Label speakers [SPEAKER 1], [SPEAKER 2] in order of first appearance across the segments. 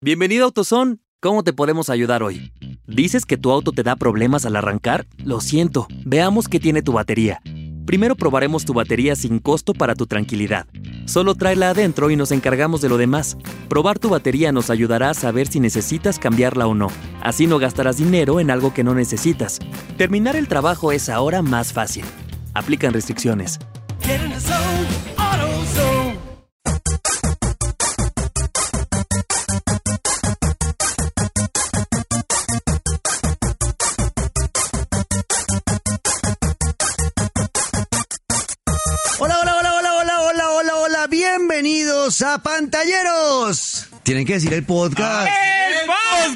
[SPEAKER 1] Bienvenido a AutoZone. ¿Cómo te podemos ayudar hoy? ¿Dices que tu auto te da problemas al arrancar? Lo siento, veamos qué tiene tu batería. Primero probaremos tu batería sin costo para tu tranquilidad. Solo tráela adentro y nos encargamos de lo demás. Probar tu batería nos ayudará a saber si necesitas cambiarla o no. Así no gastarás dinero en algo que no necesitas. Terminar el trabajo es ahora más fácil. Aplican restricciones.
[SPEAKER 2] Hola, hola, hola, hola, hola, hola, hola, hola. Bienvenidos a Pantalleros. Tienen que decir el podcast.
[SPEAKER 3] ¡El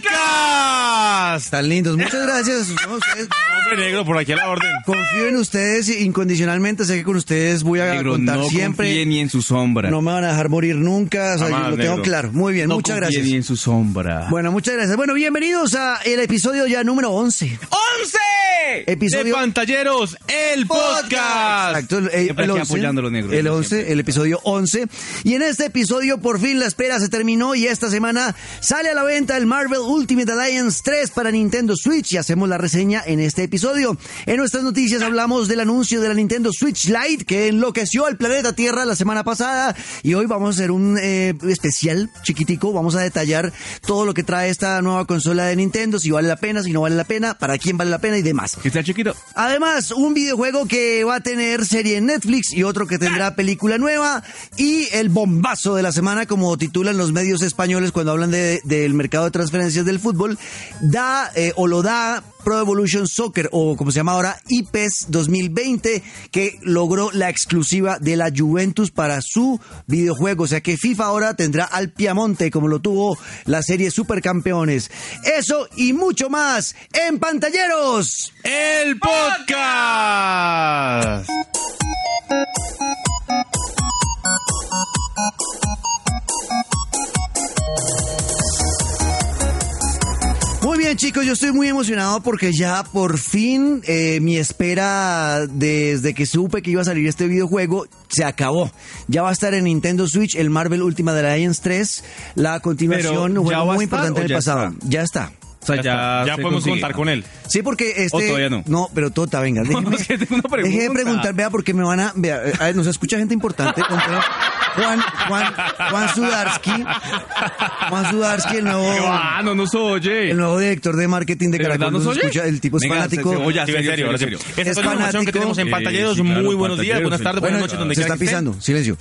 [SPEAKER 4] Ah,
[SPEAKER 3] podcast!
[SPEAKER 2] Están lindos. Muchas gracias. No, ustedes-
[SPEAKER 3] Hombre negro, por aquí a la orden.
[SPEAKER 2] confío en ustedes incondicionalmente. Sé que con ustedes voy a
[SPEAKER 4] Negro,
[SPEAKER 2] contar
[SPEAKER 4] no confíe
[SPEAKER 2] siempre.
[SPEAKER 4] ni en su sombra.
[SPEAKER 2] No me van a dejar morir nunca. O sea, yo
[SPEAKER 3] Jamás,
[SPEAKER 2] lo tengo
[SPEAKER 3] negro.
[SPEAKER 2] claro. Muy bien,
[SPEAKER 4] No
[SPEAKER 2] muchas
[SPEAKER 4] confíe
[SPEAKER 2] gracias.
[SPEAKER 4] ni en su sombra.
[SPEAKER 2] Bueno, muchas gracias. Bueno, bienvenidos a el episodio ya número 11.
[SPEAKER 3] ¡Once!
[SPEAKER 2] Episodio
[SPEAKER 4] de Pantalleros, el podcast.
[SPEAKER 2] Exacto, el, el
[SPEAKER 4] Siempre aquí
[SPEAKER 2] 11,
[SPEAKER 4] apoyando a los negros.
[SPEAKER 2] El
[SPEAKER 4] siempre.
[SPEAKER 2] 11, el episodio 11. Y en este episodio por fin la espera se terminó y esta semana sale a la venta el Marvel Ultimate Alliance 3 para Nintendo Switch y hacemos la reseña en este episodio. En nuestras noticias hablamos del anuncio de la Nintendo Switch Lite que enloqueció al planeta Tierra la semana pasada y hoy vamos a hacer un eh, especial chiquitico. Vamos a detallar todo lo que trae esta nueva consola de Nintendo, si vale la pena, si no vale la pena, para quién vale la pena y demás.
[SPEAKER 4] Que sea chiquito.
[SPEAKER 2] Además, un videojuego que va a tener serie en Netflix y otro que tendrá película nueva y el bombazo de la semana, como titulan los medios españoles cuando hablan de- del mercado de transferencias del fútbol, da eh, o lo da Pro Evolution Soccer o como se llama ahora E IPES 2020 que logró la exclusiva de la Juventus para su videojuego. O sea que FIFA ahora tendrá al Piamonte como lo tuvo la serie Supercampeones. Eso y mucho más en pantalleros.
[SPEAKER 4] El podcast.
[SPEAKER 2] Muy bien chicos, yo estoy muy emocionado porque ya por fin eh, mi espera desde que supe que iba a salir este videojuego se acabó. Ya va a estar en Nintendo Switch el Marvel Ultimate Alliance 3, la continuación,
[SPEAKER 4] Pero,
[SPEAKER 2] un
[SPEAKER 4] ¿ya
[SPEAKER 2] juego
[SPEAKER 4] va a
[SPEAKER 2] muy
[SPEAKER 4] estar
[SPEAKER 2] importante
[SPEAKER 4] o
[SPEAKER 2] del
[SPEAKER 4] ya
[SPEAKER 2] pasado.
[SPEAKER 4] está?
[SPEAKER 2] Ya está.
[SPEAKER 4] O sea,
[SPEAKER 3] Ya,
[SPEAKER 4] ya,
[SPEAKER 3] está. Ya
[SPEAKER 4] se
[SPEAKER 3] podemos
[SPEAKER 4] consigue.
[SPEAKER 3] contar con él.
[SPEAKER 2] Sí, porque este...
[SPEAKER 4] todavía no.
[SPEAKER 2] No, pero Tota, venga, déjeme,
[SPEAKER 4] Es que tengo una pregunta.
[SPEAKER 2] deje de preguntar, vea, porque me van a... Vea, eh, a ver, nos escucha gente importante. por ejemplo, Juan, Juan, Juan Sudarsky. Juan Sudarsky, el nuevo...
[SPEAKER 4] Ah, no nos oye.
[SPEAKER 2] El nuevo director de marketing de
[SPEAKER 4] ¿De verdad
[SPEAKER 2] Caracol
[SPEAKER 4] nos
[SPEAKER 2] nos
[SPEAKER 4] oye?
[SPEAKER 2] escucha, el tipo es
[SPEAKER 4] Venga,
[SPEAKER 2] fanático.
[SPEAKER 4] se- se- oye,
[SPEAKER 3] Sí, en serio, ahora sí. Esta
[SPEAKER 2] Es
[SPEAKER 3] es la información
[SPEAKER 2] fanático.
[SPEAKER 3] que tenemos en
[SPEAKER 4] Sí,
[SPEAKER 3] pantalleros.
[SPEAKER 4] sí, claro,
[SPEAKER 3] Muy buenos días,
[SPEAKER 4] pantalleros,
[SPEAKER 3] buenas tardes, buenas
[SPEAKER 2] Bueno,
[SPEAKER 3] noches, donde
[SPEAKER 2] se
[SPEAKER 3] quiera
[SPEAKER 2] está
[SPEAKER 3] que estén.
[SPEAKER 2] pisando, silencio.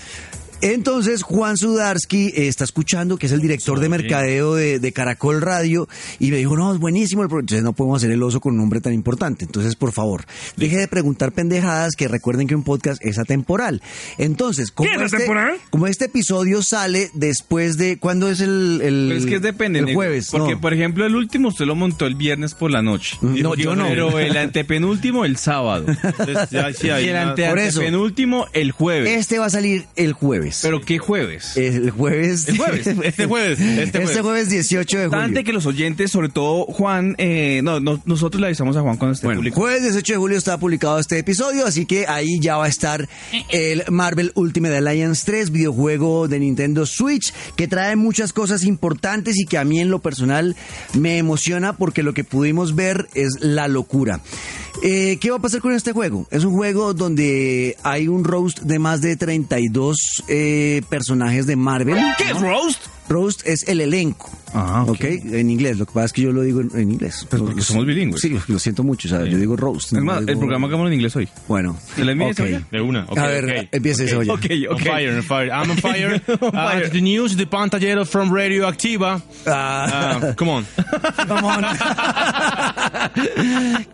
[SPEAKER 2] Entonces, Juan Sudarsky eh, está escuchando, que es el director de mercadeo de, de Caracol Radio, y me dijo, no, es buenísimo, el pro- entonces no podemos hacer el oso con un nombre tan importante. Entonces, por favor, deje de preguntar pendejadas, que recuerden que un podcast es atemporal. Entonces, como,
[SPEAKER 4] ¿Qué es
[SPEAKER 2] este,
[SPEAKER 4] atemporal?
[SPEAKER 2] como este episodio sale después de, ¿cuándo es el, el-
[SPEAKER 4] Pero es que depende.
[SPEAKER 2] El
[SPEAKER 4] negro,
[SPEAKER 2] jueves,
[SPEAKER 4] Porque,
[SPEAKER 2] no. Mm,
[SPEAKER 4] por ejemplo, el último usted lo montó el viernes por la noche.
[SPEAKER 2] No,
[SPEAKER 4] Dijo,
[SPEAKER 2] yo no.
[SPEAKER 4] Pero el antepenúltimo el sábado.
[SPEAKER 3] Entonces, ya, sí, ahí
[SPEAKER 4] y el
[SPEAKER 3] nada.
[SPEAKER 4] ante-
[SPEAKER 2] Por eso.
[SPEAKER 4] antepenúltimo el jueves.
[SPEAKER 2] Este va a salir el jueves.
[SPEAKER 4] Pero qué jueves.
[SPEAKER 2] El jueves.
[SPEAKER 4] El jueves, este
[SPEAKER 3] jueves, este
[SPEAKER 2] Este
[SPEAKER 3] jueves.
[SPEAKER 2] jueves 18 de julio.
[SPEAKER 4] importante que los oyentes, sobre todo Juan, eh, no, no- nosotros le avisamos a Juan cuando esté
[SPEAKER 2] Bueno,
[SPEAKER 4] público.
[SPEAKER 2] jueves 18 de julio está publicado este episodio, así que ahí ya va a estar el Marvel Ultimate Alliance 3, videojuego de Nintendo Switch, que trae muchas cosas importantes y que a mí en lo personal me emociona porque lo que pudimos ver es la locura. Eh, ¿Qué va a pasar con este juego? Es un juego donde hay un roast de más de 32 eh, personajes de Marvel.
[SPEAKER 4] ¿Qué
[SPEAKER 2] ¿no?
[SPEAKER 4] roast?
[SPEAKER 2] Roast es el elenco.
[SPEAKER 4] Ah, ok.
[SPEAKER 2] En inglés. Lo que pasa es que yo lo digo en, en inglés.
[SPEAKER 4] Pues porque somos bilingües.
[SPEAKER 2] Sí, lo siento mucho. o sea, Yo digo roast.
[SPEAKER 4] Es
[SPEAKER 2] no
[SPEAKER 4] más,
[SPEAKER 2] digo-
[SPEAKER 4] el programa que hagamos en inglés hoy.
[SPEAKER 2] Bueno.
[SPEAKER 4] ¿Se la envía
[SPEAKER 2] ok.
[SPEAKER 4] esa olla?
[SPEAKER 3] De una. ok,
[SPEAKER 2] a ver,
[SPEAKER 3] ok.
[SPEAKER 2] empieza esa olla.
[SPEAKER 4] Ok, ok.
[SPEAKER 3] On fire, on fire. I'm on fire.
[SPEAKER 4] On
[SPEAKER 3] Uh,
[SPEAKER 4] fire. Ah,
[SPEAKER 3] the news, the pantalleros from Radio Activa.
[SPEAKER 2] Ah,
[SPEAKER 3] Uh, come on.
[SPEAKER 2] come on.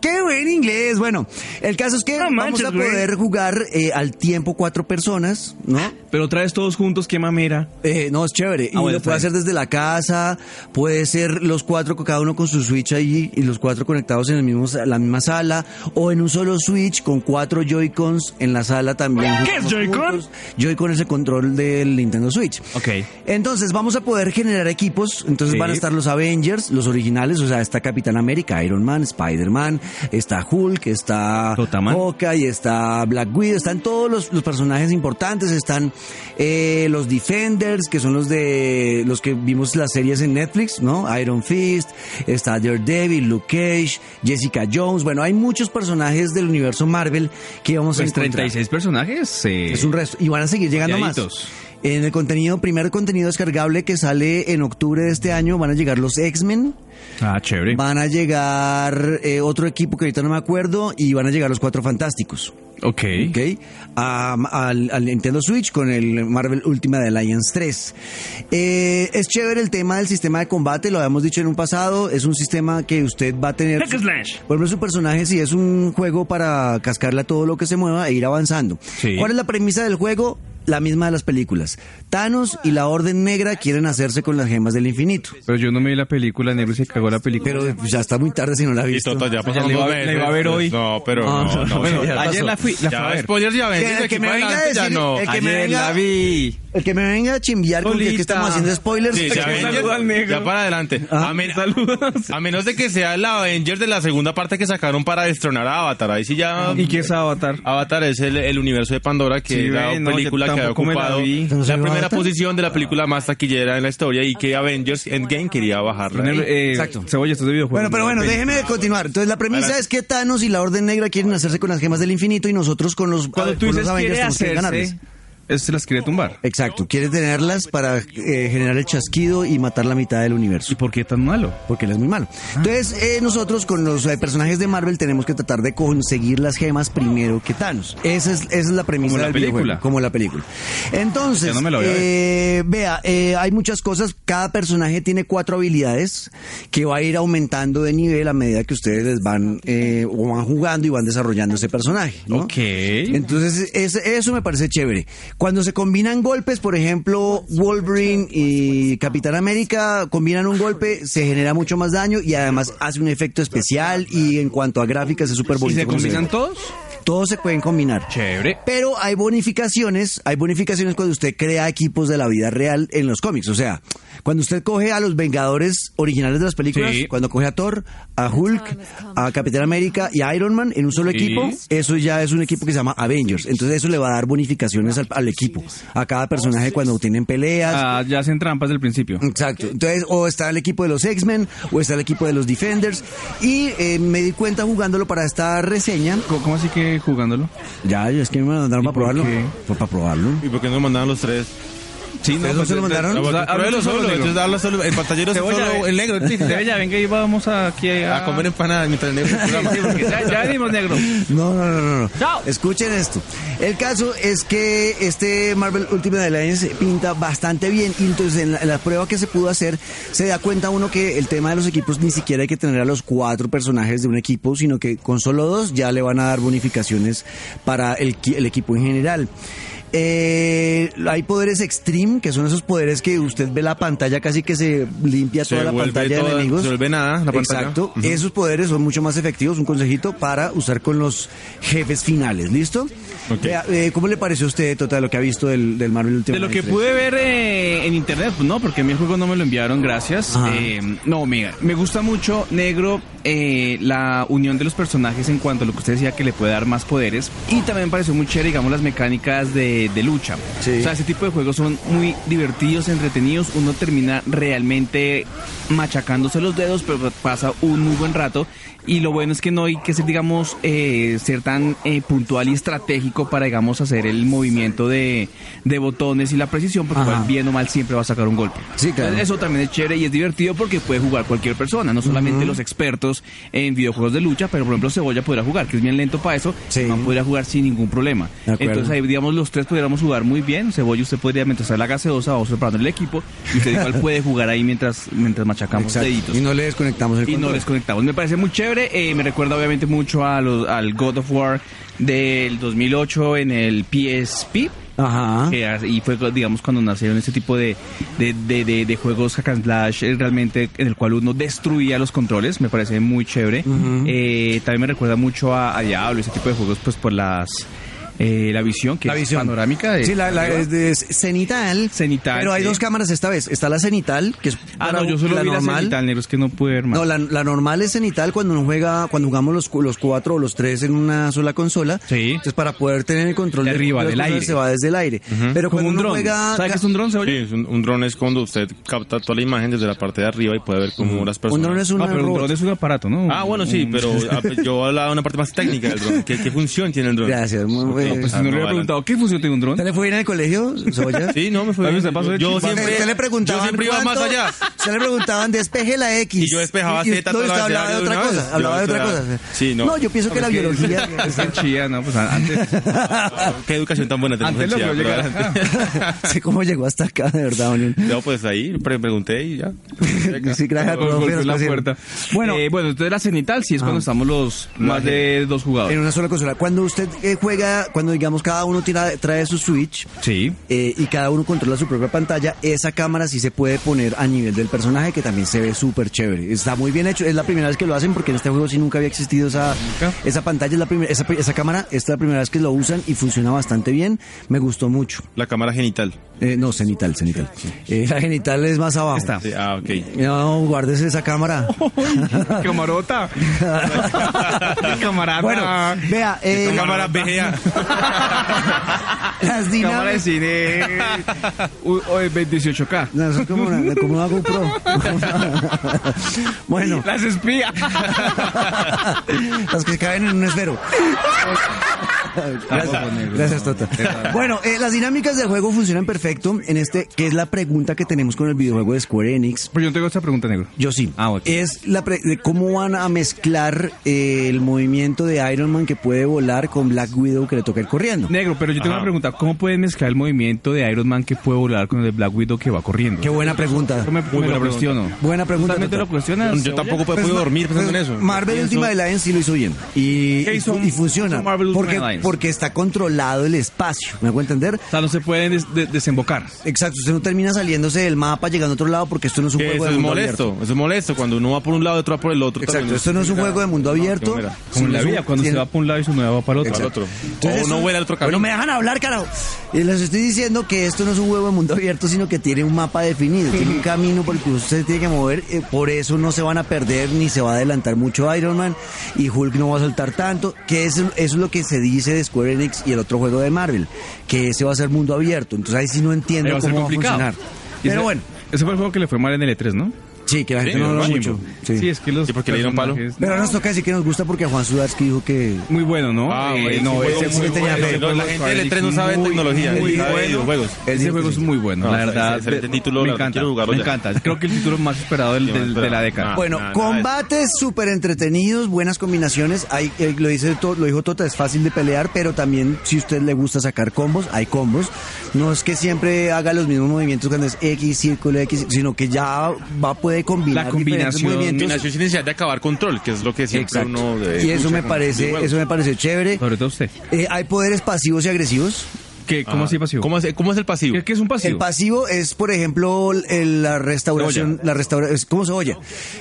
[SPEAKER 2] Qué buen inglés. Bueno, el caso es que
[SPEAKER 4] No manches,
[SPEAKER 2] vamos a poder jugar eh, al tiempo cuatro personas, ¿no?
[SPEAKER 4] Pero otra vez todos juntos, qué mamera.
[SPEAKER 2] Eh, no, es chévere. y
[SPEAKER 4] Ah, bueno,
[SPEAKER 2] lo
[SPEAKER 4] está
[SPEAKER 2] puede
[SPEAKER 4] bien.
[SPEAKER 2] hacer desde la casa, puede ser los cuatro, cada uno con su Switch ahí y los cuatro conectados en el mismo, sa- la misma sala, o en un solo Switch con cuatro Joy-Cons en la sala también.
[SPEAKER 4] ¿Qué es
[SPEAKER 2] Jugamos
[SPEAKER 4] Joy-Con?
[SPEAKER 2] juntos. Joy-Con es el control del Nintendo Switch.
[SPEAKER 4] Ok.
[SPEAKER 2] Entonces vamos a poder generar equipos, entonces
[SPEAKER 4] Sí.
[SPEAKER 2] van a estar los Avengers, los originales, o sea, está Capitán América, América, Iron Man, Spider-Man, está Hulk, está
[SPEAKER 4] Totaman.
[SPEAKER 2] Hawkeye, está Black Widow, están todos los, los personajes importantes, están eh, los Defenders, que son los de los que vimos las series en Netflix, ¿no? Iron Fist, está Daredevil, Luke Cage, Jessica Jones, bueno, hay muchos personajes del universo Marvel que vamos a
[SPEAKER 4] Pues
[SPEAKER 2] encontrar.
[SPEAKER 4] 36 personajes. eh,
[SPEAKER 2] Es un resto. Y van a seguir llegando
[SPEAKER 4] Variaditos.
[SPEAKER 2] más. En el contenido, primer contenido descargable que sale en octubre de este año, van a llegar los X-Men,
[SPEAKER 4] Ah, chévere.
[SPEAKER 2] van a llegar eh, otro equipo que ahorita no me acuerdo y van a llegar los Cuatro Fantásticos.
[SPEAKER 4] Ok.
[SPEAKER 2] ¿ok? A- al, al Nintendo Switch con el Marvel Ultimate Alliance 3. Eh, es chévere el tema del sistema de combate, lo habíamos dicho en un pasado, es un sistema que usted va a tener...
[SPEAKER 3] Hack and slash.
[SPEAKER 2] Por ejemplo, su personaje si es un juego para cascarle a todo lo que se mueva e ir avanzando.
[SPEAKER 4] Sí.
[SPEAKER 2] ¿Cuál es la premisa del juego? La misma de las películas. Thanos y la Orden Negra quieren hacerse con las gemas del infinito.
[SPEAKER 4] Pero yo no me vi la película, Negro se cagó la película.
[SPEAKER 2] Pero pues, ya está muy tarde si no la ha
[SPEAKER 5] Y
[SPEAKER 2] visto.
[SPEAKER 5] Toto ya pasaron
[SPEAKER 4] le iba-
[SPEAKER 5] dos
[SPEAKER 4] le iba a ver
[SPEAKER 5] veces.
[SPEAKER 4] hoy. Ah,
[SPEAKER 5] No, pero no, no,
[SPEAKER 4] bueno,
[SPEAKER 5] no.
[SPEAKER 4] ayer
[SPEAKER 2] pasó.
[SPEAKER 4] la fui, la fui a
[SPEAKER 3] Ya,
[SPEAKER 4] ver.
[SPEAKER 3] spoilers ya ven.
[SPEAKER 2] Que-
[SPEAKER 3] desde
[SPEAKER 2] que
[SPEAKER 3] aquí
[SPEAKER 2] me
[SPEAKER 3] para
[SPEAKER 2] venga a
[SPEAKER 3] adelante ya
[SPEAKER 2] decir-
[SPEAKER 3] no.
[SPEAKER 2] el que me
[SPEAKER 4] Ayer
[SPEAKER 2] venga-
[SPEAKER 4] la vi.
[SPEAKER 2] El que me venga a chimbiar con que aquí
[SPEAKER 4] Solita.
[SPEAKER 2] estamos haciendo spoilers.
[SPEAKER 3] Sí, ya,
[SPEAKER 2] que
[SPEAKER 3] ven,
[SPEAKER 2] me-
[SPEAKER 4] saludo al negro.
[SPEAKER 3] ya para adelante. A, men- a menos de que sea el Avengers de la segunda parte que sacaron para destronar a Avatar. Ahí sí ya.
[SPEAKER 4] Ah, ¿Y qué es Avatar?
[SPEAKER 3] Avatar es el, el universo de Pandora, que
[SPEAKER 4] Sí,
[SPEAKER 3] es la
[SPEAKER 4] ve, no, yo
[SPEAKER 3] película que había
[SPEAKER 4] tampoco me la
[SPEAKER 3] ocupado
[SPEAKER 4] vi. Ah.
[SPEAKER 3] la,
[SPEAKER 2] Entonces,
[SPEAKER 3] primera
[SPEAKER 2] Avatar.
[SPEAKER 3] posición de la película más taquillera en la historia y que Avengers Endgame quería bajarla.
[SPEAKER 4] Negro, eh,
[SPEAKER 2] Exacto.
[SPEAKER 4] Cebolla, estás de
[SPEAKER 2] Bueno,
[SPEAKER 4] videojuegos.
[SPEAKER 2] pero bueno,
[SPEAKER 4] Ven.
[SPEAKER 2] déjeme continuar. Entonces la premisa es que Thanos y la Orden Negra quieren hacerse con las gemas del infinito y nosotros con los,
[SPEAKER 4] Cuando
[SPEAKER 2] con
[SPEAKER 4] tú
[SPEAKER 2] los
[SPEAKER 4] dices
[SPEAKER 2] Avengers
[SPEAKER 4] quiere
[SPEAKER 2] tenemos que ganarles.
[SPEAKER 4] hacerse, es, las quiere tumbar.
[SPEAKER 2] Exacto, quiere tenerlas para eh, generar el chasquido y matar la mitad del universo.
[SPEAKER 4] ¿Y por qué tan malo?
[SPEAKER 2] Porque él es muy malo. Entonces, eh, nosotros con los eh, personajes de Marvel tenemos que tratar de conseguir las gemas primero que Thanos. Esa es, esa es la premisa
[SPEAKER 4] Como la
[SPEAKER 2] del videojuego,
[SPEAKER 4] película.
[SPEAKER 2] como la película. Entonces,
[SPEAKER 4] Ya no me la voy a ver.
[SPEAKER 2] eh, vea, eh, hay muchas cosas. Cada personaje tiene cuatro habilidades que va a ir aumentando de nivel a medida que ustedes les van eh, o van jugando y van desarrollando ese personaje. ¿no?
[SPEAKER 4] Ok.
[SPEAKER 2] Entonces, es- eso me parece chévere. Cuando se combinan golpes, por ejemplo, Wolverine y Capitán América combinan un golpe, se genera mucho más daño y además hace un efecto especial y en cuanto a gráficas es súper
[SPEAKER 4] ¿Y
[SPEAKER 2] bonito.
[SPEAKER 4] se
[SPEAKER 2] cómo se ve.
[SPEAKER 4] combinan todos?
[SPEAKER 2] Todos se pueden combinar.
[SPEAKER 4] Chévere.
[SPEAKER 2] Pero hay bonificaciones, hay bonificaciones cuando usted crea equipos de la vida real en los cómics. O sea, cuando usted coge a los Vengadores originales de las películas,
[SPEAKER 4] Sí.
[SPEAKER 2] cuando coge a Thor, a Hulk, a Capitán América y a Iron Man en un solo
[SPEAKER 4] Sí.
[SPEAKER 2] equipo, eso ya es un equipo que se llama Avengers. Entonces eso le va a dar bonificaciones al, al equipo, a cada personaje cuando tienen peleas.
[SPEAKER 4] Ah, ya hacen trampas del principio.
[SPEAKER 2] Exacto. Entonces, o está el equipo de los X-Men, o está el equipo de los Defenders. Y eh, me di cuenta jugándolo para esta reseña.
[SPEAKER 4] ¿Cómo, cómo así que jugándolo?
[SPEAKER 2] Ya, es que me mandaron para
[SPEAKER 4] por
[SPEAKER 2] probarlo.
[SPEAKER 4] qué?
[SPEAKER 2] Fue para probarlo.
[SPEAKER 3] ¿Y por qué no mandaban los tres?
[SPEAKER 4] Sí,
[SPEAKER 2] ¿Ustedes no se lo mandaron?
[SPEAKER 4] O sea,
[SPEAKER 3] Pruébelo
[SPEAKER 4] háblalo pues,
[SPEAKER 3] solo,
[SPEAKER 4] solo,
[SPEAKER 3] entonces habla solo, el pantallero es solo el negro. sí,
[SPEAKER 4] Cebolla, venga y vamos aquí a,
[SPEAKER 3] A comer empanadas mientras el negro programa.
[SPEAKER 4] Sí, porque ya, ya venimos negro.
[SPEAKER 2] No, no, no, no, no. Escuchen esto. El caso es que este Marvel Ultimate Alliance pinta bastante bien. Y entonces, en la, en la prueba que se pudo hacer, se da cuenta uno que el tema de los equipos ni siquiera hay que tener a los cuatro personajes de un equipo, sino que con solo dos ya le van a dar bonificaciones para el, qui- el equipo en general. Eh, hay poderes extreme, que son esos poderes que usted ve la pantalla casi que se limpia
[SPEAKER 3] Se
[SPEAKER 2] toda la
[SPEAKER 3] vuelve
[SPEAKER 2] pantalla de
[SPEAKER 3] toda-
[SPEAKER 2] enemigos.
[SPEAKER 3] se vuelve nada la pantalla.
[SPEAKER 2] Exacto. Esos poderes son mucho más efectivos, un consejito para usar con los jefes finales, ¿listo? Vea, eh, ¿Cómo le pareció a usted, Tota, lo que ha visto del, del Marvel último?
[SPEAKER 4] De lo que pude ver eh, en internet, pues no, porque mi juego no me lo enviaron, gracias.
[SPEAKER 2] Ajá.
[SPEAKER 4] Eh, no, mira, me gusta mucho, negro, eh, la unión de los personajes en cuanto a lo que usted decía que le puede dar más poderes. Y también me pareció muy chévere, digamos, las mecánicas de, de lucha.
[SPEAKER 2] Sí.
[SPEAKER 4] O sea, ese tipo de juegos son muy divertidos, entretenidos. Uno termina realmente machacándose los dedos, pero pasa un muy buen rato. Y lo bueno es que no hay que ser, digamos, eh, ser tan eh, puntual y estratégico para, digamos, hacer el movimiento de, de botones y la precisión, porque
[SPEAKER 2] Ajá.
[SPEAKER 4] igual, bien o mal siempre va a sacar un golpe.
[SPEAKER 2] Sí, claro.
[SPEAKER 4] Entonces, Eso también es chévere y es divertido porque puede jugar cualquier persona, no solamente los expertos en videojuegos de lucha, pero por ejemplo Cebolla podrá jugar, que es bien lento para eso,
[SPEAKER 2] Sí.
[SPEAKER 4] no podría jugar sin ningún problema.
[SPEAKER 2] De acuerdo.
[SPEAKER 4] Entonces ahí, digamos, los tres pudiéramos jugar muy bien. Cebolla, usted podría mientras está la gaseosa o preparando el equipo, y usted igual puede jugar ahí mientras, mientras machacamos deditos.
[SPEAKER 2] Y no le desconectamos el
[SPEAKER 4] Y no
[SPEAKER 2] control.
[SPEAKER 4] les conectamos. Me parece muy chévere. eh, me recuerda obviamente mucho a los- al God of War del 2008 en el PSP.
[SPEAKER 2] Ajá.
[SPEAKER 4] que hace- y fue, digamos, cuando nacieron este tipo de, de, de- de- de juegos hack and slash, eh, realmente en el cual uno destruía los controles. Me parece muy chévere. Eh, también me recuerda mucho a, a Diablo, ese tipo de juegos, pues por las eh, la visión, que
[SPEAKER 2] La
[SPEAKER 4] es
[SPEAKER 2] visión.
[SPEAKER 4] panorámica. de-
[SPEAKER 2] Sí, la, la- es, de- es cenital.
[SPEAKER 4] Cenital,
[SPEAKER 2] Pero hay
[SPEAKER 4] sí.
[SPEAKER 2] dos cámaras esta vez. Está la cenital, que es
[SPEAKER 4] Ah,
[SPEAKER 2] para
[SPEAKER 4] no, yo solo
[SPEAKER 2] la
[SPEAKER 4] vi la
[SPEAKER 2] normal.
[SPEAKER 4] cenital, negro, es que no pude ver más.
[SPEAKER 2] No, la, la normal es cenital cuando uno juega, cuando jugamos los, cu- los cuatro o los tres en una sola consola.
[SPEAKER 4] Sí.
[SPEAKER 2] Entonces para poder tener el control
[SPEAKER 4] De arriba,
[SPEAKER 2] las
[SPEAKER 4] del
[SPEAKER 2] cosas,
[SPEAKER 4] aire.
[SPEAKER 2] se va desde el aire. Pero
[SPEAKER 4] como
[SPEAKER 2] cuando
[SPEAKER 4] un
[SPEAKER 2] uno
[SPEAKER 4] dron.
[SPEAKER 2] juega
[SPEAKER 4] ¿Sabe qué es un dron,
[SPEAKER 3] Sí,
[SPEAKER 4] Cebolla?
[SPEAKER 3] es un, un dron es cuando usted capta toda la imagen desde la parte de arriba y puede ver cómo las personas.
[SPEAKER 2] un dron es una
[SPEAKER 4] Ah, pero un
[SPEAKER 2] robot.
[SPEAKER 4] dron es un aparato, ¿no?
[SPEAKER 3] Ah, bueno, sí,
[SPEAKER 4] Un-
[SPEAKER 3] pero ah, pues, yo hablaba de una parte más técnica del dron. ¿Qué, qué función tiene el dron?
[SPEAKER 2] Gracias, muy
[SPEAKER 3] Ok,
[SPEAKER 2] bien.
[SPEAKER 4] Pues si no
[SPEAKER 3] ah,
[SPEAKER 4] le
[SPEAKER 3] adelante.
[SPEAKER 4] hubiera preguntado, ¿qué función tiene un dron?
[SPEAKER 2] ¿Usted le fue bien en el colegio, Cebolla?
[SPEAKER 3] Sí, no, me fue
[SPEAKER 4] A mí
[SPEAKER 3] bien.
[SPEAKER 4] se pasó de chimba.
[SPEAKER 3] Yo siempre,
[SPEAKER 2] Usted le preguntaban
[SPEAKER 3] yo siempre iba más
[SPEAKER 2] cuánto-
[SPEAKER 3] allá.
[SPEAKER 2] Usted le preguntaban, despeje la X.
[SPEAKER 3] Y yo despejaba
[SPEAKER 2] Y- y-
[SPEAKER 3] Z
[SPEAKER 2] no,
[SPEAKER 3] todo
[SPEAKER 2] usted
[SPEAKER 3] el
[SPEAKER 2] hablaba de
[SPEAKER 3] abecedario
[SPEAKER 2] otra
[SPEAKER 3] de una
[SPEAKER 2] cosa.
[SPEAKER 3] vez.
[SPEAKER 2] Hablaba de
[SPEAKER 3] Yo,
[SPEAKER 2] otra
[SPEAKER 3] o sea,
[SPEAKER 2] cosa.
[SPEAKER 3] sí, no.
[SPEAKER 2] No, yo pienso que la
[SPEAKER 4] Es que-
[SPEAKER 2] biología...
[SPEAKER 4] Es que chía, ¿no? Pues antes.
[SPEAKER 3] Qué educación tan buena tenemos
[SPEAKER 4] Antes
[SPEAKER 3] en
[SPEAKER 4] lo vio
[SPEAKER 3] Chía, pero
[SPEAKER 4] llegar
[SPEAKER 3] adelante.
[SPEAKER 4] acá.
[SPEAKER 2] sé cómo llegó hasta acá, de verdad, Daniel.
[SPEAKER 3] No, pues ahí pre- pregunté y ya.
[SPEAKER 2] Sí, gracias, Ah.
[SPEAKER 4] Golpeó
[SPEAKER 2] profe, nos
[SPEAKER 4] la
[SPEAKER 2] pasaron.
[SPEAKER 4] puerta. Bueno, eh, bueno, entonces la cenital sí es cuando estamos los más de dos
[SPEAKER 2] En
[SPEAKER 4] jugadores.
[SPEAKER 2] una sola consola. Cuando usted eh, juega, cuando digamos cada uno tira- trae su Switch
[SPEAKER 4] Sí.
[SPEAKER 2] eh, y cada uno controla su propia pantalla, esa cámara sí se puede poner a nivel del personaje que también se ve súper chévere. Está muy bien hecho. Es la primera vez que lo hacen porque en este juego sí nunca había existido esa, esa pantalla. Es la primera, esa, esa cámara es la primera vez que lo usan y funciona bastante bien. Me gustó mucho.
[SPEAKER 3] La cámara genital.
[SPEAKER 2] Eh, no, cenital, cenital. Eh, la genital es más abajo.
[SPEAKER 4] Está.
[SPEAKER 3] Sí, ah, ok.
[SPEAKER 2] No, guárdese esa cámara.
[SPEAKER 4] Camarota. Camarada.
[SPEAKER 2] Bueno, vea, eh,
[SPEAKER 3] cámara VGA.
[SPEAKER 2] las
[SPEAKER 4] Cámara de
[SPEAKER 2] dinámicas.
[SPEAKER 4] cine. U- o de 28K.
[SPEAKER 2] No, eso es como una, como una GoPro. bueno,
[SPEAKER 4] Las espía.
[SPEAKER 2] las que caen en un esfero. Gracias, gracias Tota. Bueno, eh, las dinámicas del juego funcionan perfecto en este, que es la pregunta que tenemos con el videojuego de Square Enix.
[SPEAKER 4] Pero yo no tengo esta pregunta, negro.
[SPEAKER 2] Yo sí.
[SPEAKER 4] Ah, ok.
[SPEAKER 2] Es la pre- de cómo van a mezclar eh, el movimiento de Iron Man que puede volar con Black Widow que le toca ir corriendo.
[SPEAKER 4] Negro, pero yo tengo
[SPEAKER 3] Ajá.
[SPEAKER 4] una pregunta. ¿Cómo pueden mezclar el movimiento de Iron Man que puede volar con el de Black Widow que va corriendo?
[SPEAKER 2] Qué buena pregunta.
[SPEAKER 4] Yo me, me lo
[SPEAKER 3] buena pregunta.
[SPEAKER 4] cuestiono.
[SPEAKER 2] Buena pregunta.
[SPEAKER 4] ¿También te
[SPEAKER 2] Tota.
[SPEAKER 4] lo cuestionas?
[SPEAKER 3] Yo tampoco puedo
[SPEAKER 2] Pues,
[SPEAKER 3] dormir pensando
[SPEAKER 2] pues,
[SPEAKER 3] en eso.
[SPEAKER 2] Marvel
[SPEAKER 3] Pienso-
[SPEAKER 2] Ultimate Alliance sí lo hizo bien. Y,
[SPEAKER 4] ¿Qué
[SPEAKER 2] y
[SPEAKER 4] hizo-
[SPEAKER 2] fu- y funciona.
[SPEAKER 4] hizo Marvel Ultimate
[SPEAKER 2] porque,
[SPEAKER 4] Alliance?
[SPEAKER 2] porque está controlado el espacio. ¿Me hago entender?
[SPEAKER 4] O sea, no se pueden des- de- desembocar.
[SPEAKER 2] Exacto, usted no termina saliéndose del mapa llegando a otro lado porque esto no es un
[SPEAKER 3] Que
[SPEAKER 2] juego
[SPEAKER 3] eso
[SPEAKER 2] de
[SPEAKER 3] es
[SPEAKER 2] mundo
[SPEAKER 3] molesto.
[SPEAKER 2] abierto.
[SPEAKER 3] Eso es molesto. Cuando uno va por un lado y otro va por el otro.
[SPEAKER 2] Exacto,
[SPEAKER 3] también
[SPEAKER 2] esto no es un juego de mundo abierto.
[SPEAKER 3] qué mera.
[SPEAKER 4] Como en
[SPEAKER 2] sino
[SPEAKER 4] la
[SPEAKER 2] es un-
[SPEAKER 4] vida, cuando se
[SPEAKER 2] tiene-
[SPEAKER 4] va para un lado y se mueve para el otro.
[SPEAKER 3] Exacto.
[SPEAKER 4] Para el otro.
[SPEAKER 3] O no
[SPEAKER 2] eso-
[SPEAKER 3] vuela al otro
[SPEAKER 2] Oye,
[SPEAKER 3] camino.
[SPEAKER 2] No me dejan hablar, carajo. Y les estoy diciendo que esto no es un juego de mundo abierto, sino que tiene un mapa definido, tiene un camino por el que usted se tiene que mover. eh, por eso no se van a perder ni se va a adelantar mucho Iron Man y Hulk no va a soltar tanto. Que eso, eso es lo que se dice de Square Enix y el otro juego de Marvel, que ese va a ser mundo abierto. Entonces ahí sí no
[SPEAKER 4] Ahí
[SPEAKER 2] entiendo
[SPEAKER 4] va a ser
[SPEAKER 2] cómo va a
[SPEAKER 4] complicado.
[SPEAKER 2] funcionar.
[SPEAKER 4] Y
[SPEAKER 2] Pero
[SPEAKER 4] ese-
[SPEAKER 2] bueno,
[SPEAKER 4] Ese fue el juego que le fue mal en el E3, ¿no?
[SPEAKER 2] sí, que la gente
[SPEAKER 3] Sí,
[SPEAKER 2] no habla
[SPEAKER 3] chimbo.
[SPEAKER 2] mucho. Sí.
[SPEAKER 4] es que los.
[SPEAKER 3] ¿Y por qué le dieron palo?
[SPEAKER 4] personajes-
[SPEAKER 2] Pero ahora nos toca decir que nos gusta porque a Juan Sudarsky dijo que
[SPEAKER 4] Muy bueno, ¿no?
[SPEAKER 3] Ah,
[SPEAKER 4] Eh,
[SPEAKER 3] bueno,
[SPEAKER 4] no,
[SPEAKER 3] ese
[SPEAKER 4] ese
[SPEAKER 3] juego
[SPEAKER 2] sí
[SPEAKER 4] muy
[SPEAKER 2] le tenía
[SPEAKER 4] bueno,
[SPEAKER 2] fe.
[SPEAKER 4] ese
[SPEAKER 3] La
[SPEAKER 4] juego
[SPEAKER 3] gente del
[SPEAKER 4] de
[SPEAKER 3] E3 no sabe
[SPEAKER 4] muy-
[SPEAKER 3] tecnología,
[SPEAKER 4] muy
[SPEAKER 3] ni sabe de
[SPEAKER 4] bueno.
[SPEAKER 3] videojuegos.
[SPEAKER 4] Ese juego es muy bueno,
[SPEAKER 3] No,
[SPEAKER 4] la
[SPEAKER 3] ese-
[SPEAKER 4] verdad.
[SPEAKER 3] ese- ese
[SPEAKER 4] de-
[SPEAKER 3] título,
[SPEAKER 4] me
[SPEAKER 3] la verdad,
[SPEAKER 4] encanta.
[SPEAKER 3] quiero jugarlo
[SPEAKER 4] me
[SPEAKER 3] ya.
[SPEAKER 4] encanta. Creo que el título más esperado del-
[SPEAKER 3] Sí, más
[SPEAKER 4] del- de
[SPEAKER 3] esperado.
[SPEAKER 4] la década.
[SPEAKER 3] Ah.
[SPEAKER 2] Bueno,
[SPEAKER 3] nada, nada de
[SPEAKER 2] combates súper entretenidos, buenas combinaciones. Hay, eh, lo, dice, To- lo dijo Tota, es fácil de pelear, pero también si a usted le gusta sacar combos, hay combos. No es que siempre haga los mismos movimientos cuando es X, círculo, X, sino que ya va puede combinar
[SPEAKER 4] La
[SPEAKER 2] diferentes
[SPEAKER 4] combinación,
[SPEAKER 2] movimientos.
[SPEAKER 3] Combinación sin necesidad de acabar control, que es lo que siempre
[SPEAKER 2] Exacto.
[SPEAKER 3] uno. eh,
[SPEAKER 2] y eso
[SPEAKER 3] escucha
[SPEAKER 2] me
[SPEAKER 3] con-
[SPEAKER 2] parece,
[SPEAKER 3] de juegos.
[SPEAKER 2] eso me parece chévere.
[SPEAKER 4] Sobre todo usted.
[SPEAKER 2] Eh, hay poderes pasivos y agresivos.
[SPEAKER 4] ¿Qué, ¿Cómo
[SPEAKER 3] Ah,
[SPEAKER 4] así pasivo?
[SPEAKER 3] ¿Cómo es, cómo es el pasivo?
[SPEAKER 4] ¿Qué, qué es un pasivo?
[SPEAKER 2] El pasivo es, por ejemplo, el- la restauración, la restauración, ¿cómo se oye?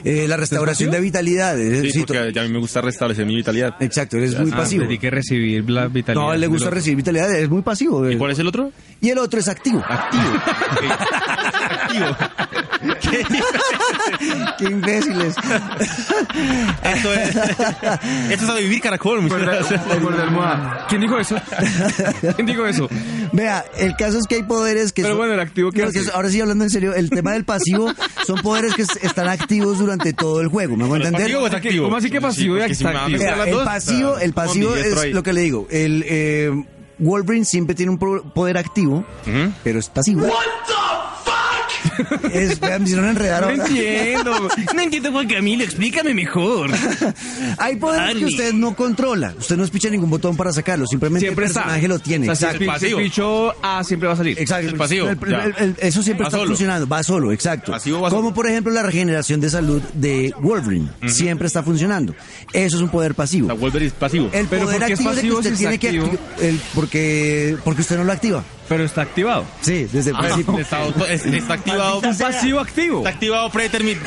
[SPEAKER 2] Eh, la restauración de vitalidad. eh,
[SPEAKER 3] Sí,
[SPEAKER 2] sí, to-
[SPEAKER 3] porque a mí me gusta restablecer mi vitalidad.
[SPEAKER 2] Exacto, eres muy
[SPEAKER 4] Ah,
[SPEAKER 2] pasivo.
[SPEAKER 4] Tiene que recibir la vitalidad.
[SPEAKER 2] No, le gusta
[SPEAKER 4] del otro.
[SPEAKER 2] recibir vitalidad, es muy pasivo. eh.
[SPEAKER 3] ¿Y cuál es el otro?
[SPEAKER 2] Y el otro es activo.
[SPEAKER 4] Activo.
[SPEAKER 2] Qué imbéciles.
[SPEAKER 3] Esto es. esto es a vivir caracol, muchachos.
[SPEAKER 4] Por la almohada. ¿Quién dijo eso? ¿Quién dijo eso?
[SPEAKER 2] Vea, el caso es que hay poderes que
[SPEAKER 4] Pero
[SPEAKER 2] son-
[SPEAKER 4] bueno, el activo, ¿qué
[SPEAKER 2] No,
[SPEAKER 4] hace?
[SPEAKER 2] ahora sí hablando en serio, el tema del pasivo son poderes que es- están activos durante todo el juego, ¿me voy a entender?
[SPEAKER 3] ¿Pasivo o es activo?
[SPEAKER 4] ¿Cómo así que pasivo y
[SPEAKER 3] porque si me va a
[SPEAKER 4] activo?
[SPEAKER 3] mezclar
[SPEAKER 2] Vea,
[SPEAKER 3] las
[SPEAKER 2] el
[SPEAKER 3] dos, Ah,
[SPEAKER 2] pasivo,
[SPEAKER 3] está
[SPEAKER 2] el pasivo
[SPEAKER 3] como
[SPEAKER 2] es
[SPEAKER 3] ambidiestro ahí.
[SPEAKER 2] lo que le digo. El eh, Wolverine siempre tiene un pro- poder activo, pero es pasivo. What the fuck? Es, vea, me hicieron enredar
[SPEAKER 4] No
[SPEAKER 2] ahora.
[SPEAKER 4] entiendo. No entiendo, Juan Camilo. Explícame mejor.
[SPEAKER 2] Hay poderes que
[SPEAKER 4] Arnie.
[SPEAKER 2] usted no controla. Usted no picha ningún botón para sacarlo. Simplemente
[SPEAKER 4] Siempre
[SPEAKER 2] el
[SPEAKER 4] está.
[SPEAKER 2] personaje lo tiene.
[SPEAKER 4] O sea,
[SPEAKER 2] Exacto.
[SPEAKER 4] si el pi- si el
[SPEAKER 3] Pasivo.
[SPEAKER 4] picho A siempre va a salir.
[SPEAKER 2] Exacto.
[SPEAKER 3] El pasivo,
[SPEAKER 2] El- el-
[SPEAKER 3] ya.
[SPEAKER 2] el- el- eso siempre
[SPEAKER 3] Va
[SPEAKER 2] está
[SPEAKER 3] solo.
[SPEAKER 2] funcionando. Va solo, exacto.
[SPEAKER 3] Pasivo va
[SPEAKER 2] Como
[SPEAKER 3] solo.
[SPEAKER 2] por ejemplo la regeneración de salud de Wolverine. Siempre está funcionando. Eso es un poder pasivo.
[SPEAKER 3] La Wolverine es pasivo.
[SPEAKER 2] El
[SPEAKER 4] Pero
[SPEAKER 2] poder
[SPEAKER 4] ¿por qué es
[SPEAKER 2] activo es que
[SPEAKER 4] pasivo
[SPEAKER 2] usted
[SPEAKER 4] si
[SPEAKER 2] tiene
[SPEAKER 4] está activo?
[SPEAKER 2] que acti- el- porque porque usted no lo activa.
[SPEAKER 4] pero está activado.
[SPEAKER 2] Sí, desde el principio.
[SPEAKER 3] Ah, Está, auto- es- está activado.
[SPEAKER 4] Un pasivo activo.
[SPEAKER 3] Está activado predeterminado.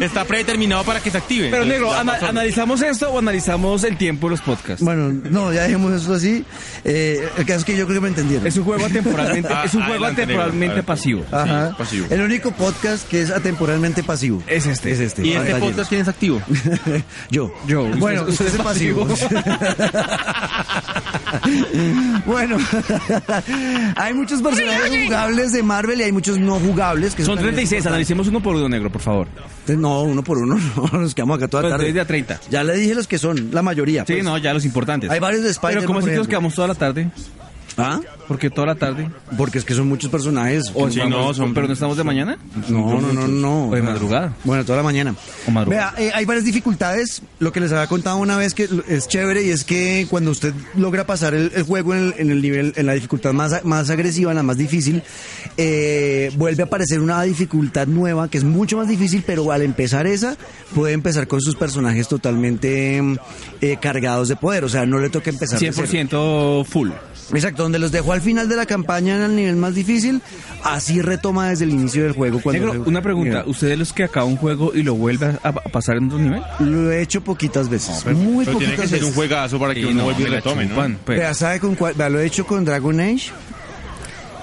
[SPEAKER 3] Está predeterminado para que se active.
[SPEAKER 4] Pero
[SPEAKER 3] Entonces,
[SPEAKER 4] negro,
[SPEAKER 3] ya
[SPEAKER 4] ana-
[SPEAKER 3] pasó.
[SPEAKER 4] ¿analizamos esto o analizamos el tiempo de los podcasts?
[SPEAKER 2] Bueno, no, ya dejemos eso así. Eh, el caso es que yo creo que me entendieron.
[SPEAKER 4] Es un juego atemporalmente,
[SPEAKER 3] Ah,
[SPEAKER 4] es un juego
[SPEAKER 3] adelante, negro,
[SPEAKER 4] atemporalmente
[SPEAKER 3] adelante.
[SPEAKER 4] pasivo.
[SPEAKER 2] Ajá.
[SPEAKER 3] sí, pasivo.
[SPEAKER 2] El único podcast que es atemporalmente pasivo.
[SPEAKER 4] Es este.
[SPEAKER 2] Es este.
[SPEAKER 3] ¿Y este
[SPEAKER 2] Pantallero.
[SPEAKER 3] podcast quién es activo?
[SPEAKER 2] Yo.
[SPEAKER 4] Yo.
[SPEAKER 2] Bueno, usted,
[SPEAKER 4] Usted-
[SPEAKER 2] es
[SPEAKER 4] usted
[SPEAKER 2] pasivo.
[SPEAKER 4] es
[SPEAKER 2] bueno, hay muchos personajes jugables de Marvel y hay muchos no jugables. Que
[SPEAKER 4] Son
[SPEAKER 2] eso también es
[SPEAKER 4] 36, analicemos uno por uno, negro, por favor.
[SPEAKER 2] importante. No, uno por uno, no, nos quedamos acá toda la
[SPEAKER 4] Pero
[SPEAKER 2] tarde.
[SPEAKER 4] desde a 30.
[SPEAKER 2] Ya le dije los que son, la mayoría.
[SPEAKER 4] Pues Sí,
[SPEAKER 2] pues.
[SPEAKER 4] no, ya los importantes.
[SPEAKER 2] Hay varios de Spider-Man,
[SPEAKER 4] Pero ¿cómo
[SPEAKER 2] por
[SPEAKER 4] así que nos
[SPEAKER 2] ejemplo?
[SPEAKER 4] quedamos toda la tarde?
[SPEAKER 2] ¿Ah?
[SPEAKER 4] Porque toda la tarde.
[SPEAKER 2] Porque es que son muchos personajes.
[SPEAKER 4] O
[SPEAKER 3] Sí,
[SPEAKER 4] vamos-
[SPEAKER 3] no, son-
[SPEAKER 4] pero no estamos de mañana.
[SPEAKER 2] No, no, no, no.
[SPEAKER 4] Ah, O de madrugada.
[SPEAKER 2] Bueno, toda la mañana.
[SPEAKER 4] O madrugada.
[SPEAKER 2] Vea, eh, hay varias dificultades. Lo que les había contado una vez que es chévere y es que cuando usted logra pasar el, el juego en el, en el nivel, en la dificultad más, más agresiva, en la más difícil, eh, vuelve a aparecer una dificultad nueva que es mucho más difícil, pero al empezar esa, puede empezar con sus personajes totalmente mm, eh, cargados de poder. O sea, no le toca empezar de cero.
[SPEAKER 4] 100% full.
[SPEAKER 2] Exacto, donde los dejó al final de la campaña en el nivel más difícil, así retoma desde el inicio del juego. Cuando
[SPEAKER 4] Negro,
[SPEAKER 2] se-
[SPEAKER 4] una pregunta.
[SPEAKER 2] Mira,
[SPEAKER 4] ¿Usted de los que acaba un juego y lo vuelve a, a pasar en otro nivel?
[SPEAKER 2] Lo he hecho poquitas veces, muy
[SPEAKER 3] Pero tiene
[SPEAKER 2] poquitas
[SPEAKER 3] que ser un
[SPEAKER 2] veces.
[SPEAKER 3] juegazo para que uno vuelva y
[SPEAKER 4] me la
[SPEAKER 3] retome,
[SPEAKER 4] chupan,
[SPEAKER 3] ¿no?
[SPEAKER 4] pues.
[SPEAKER 2] Vea, ¿sabe con cuál? Vea, lo he hecho con Dragon Age,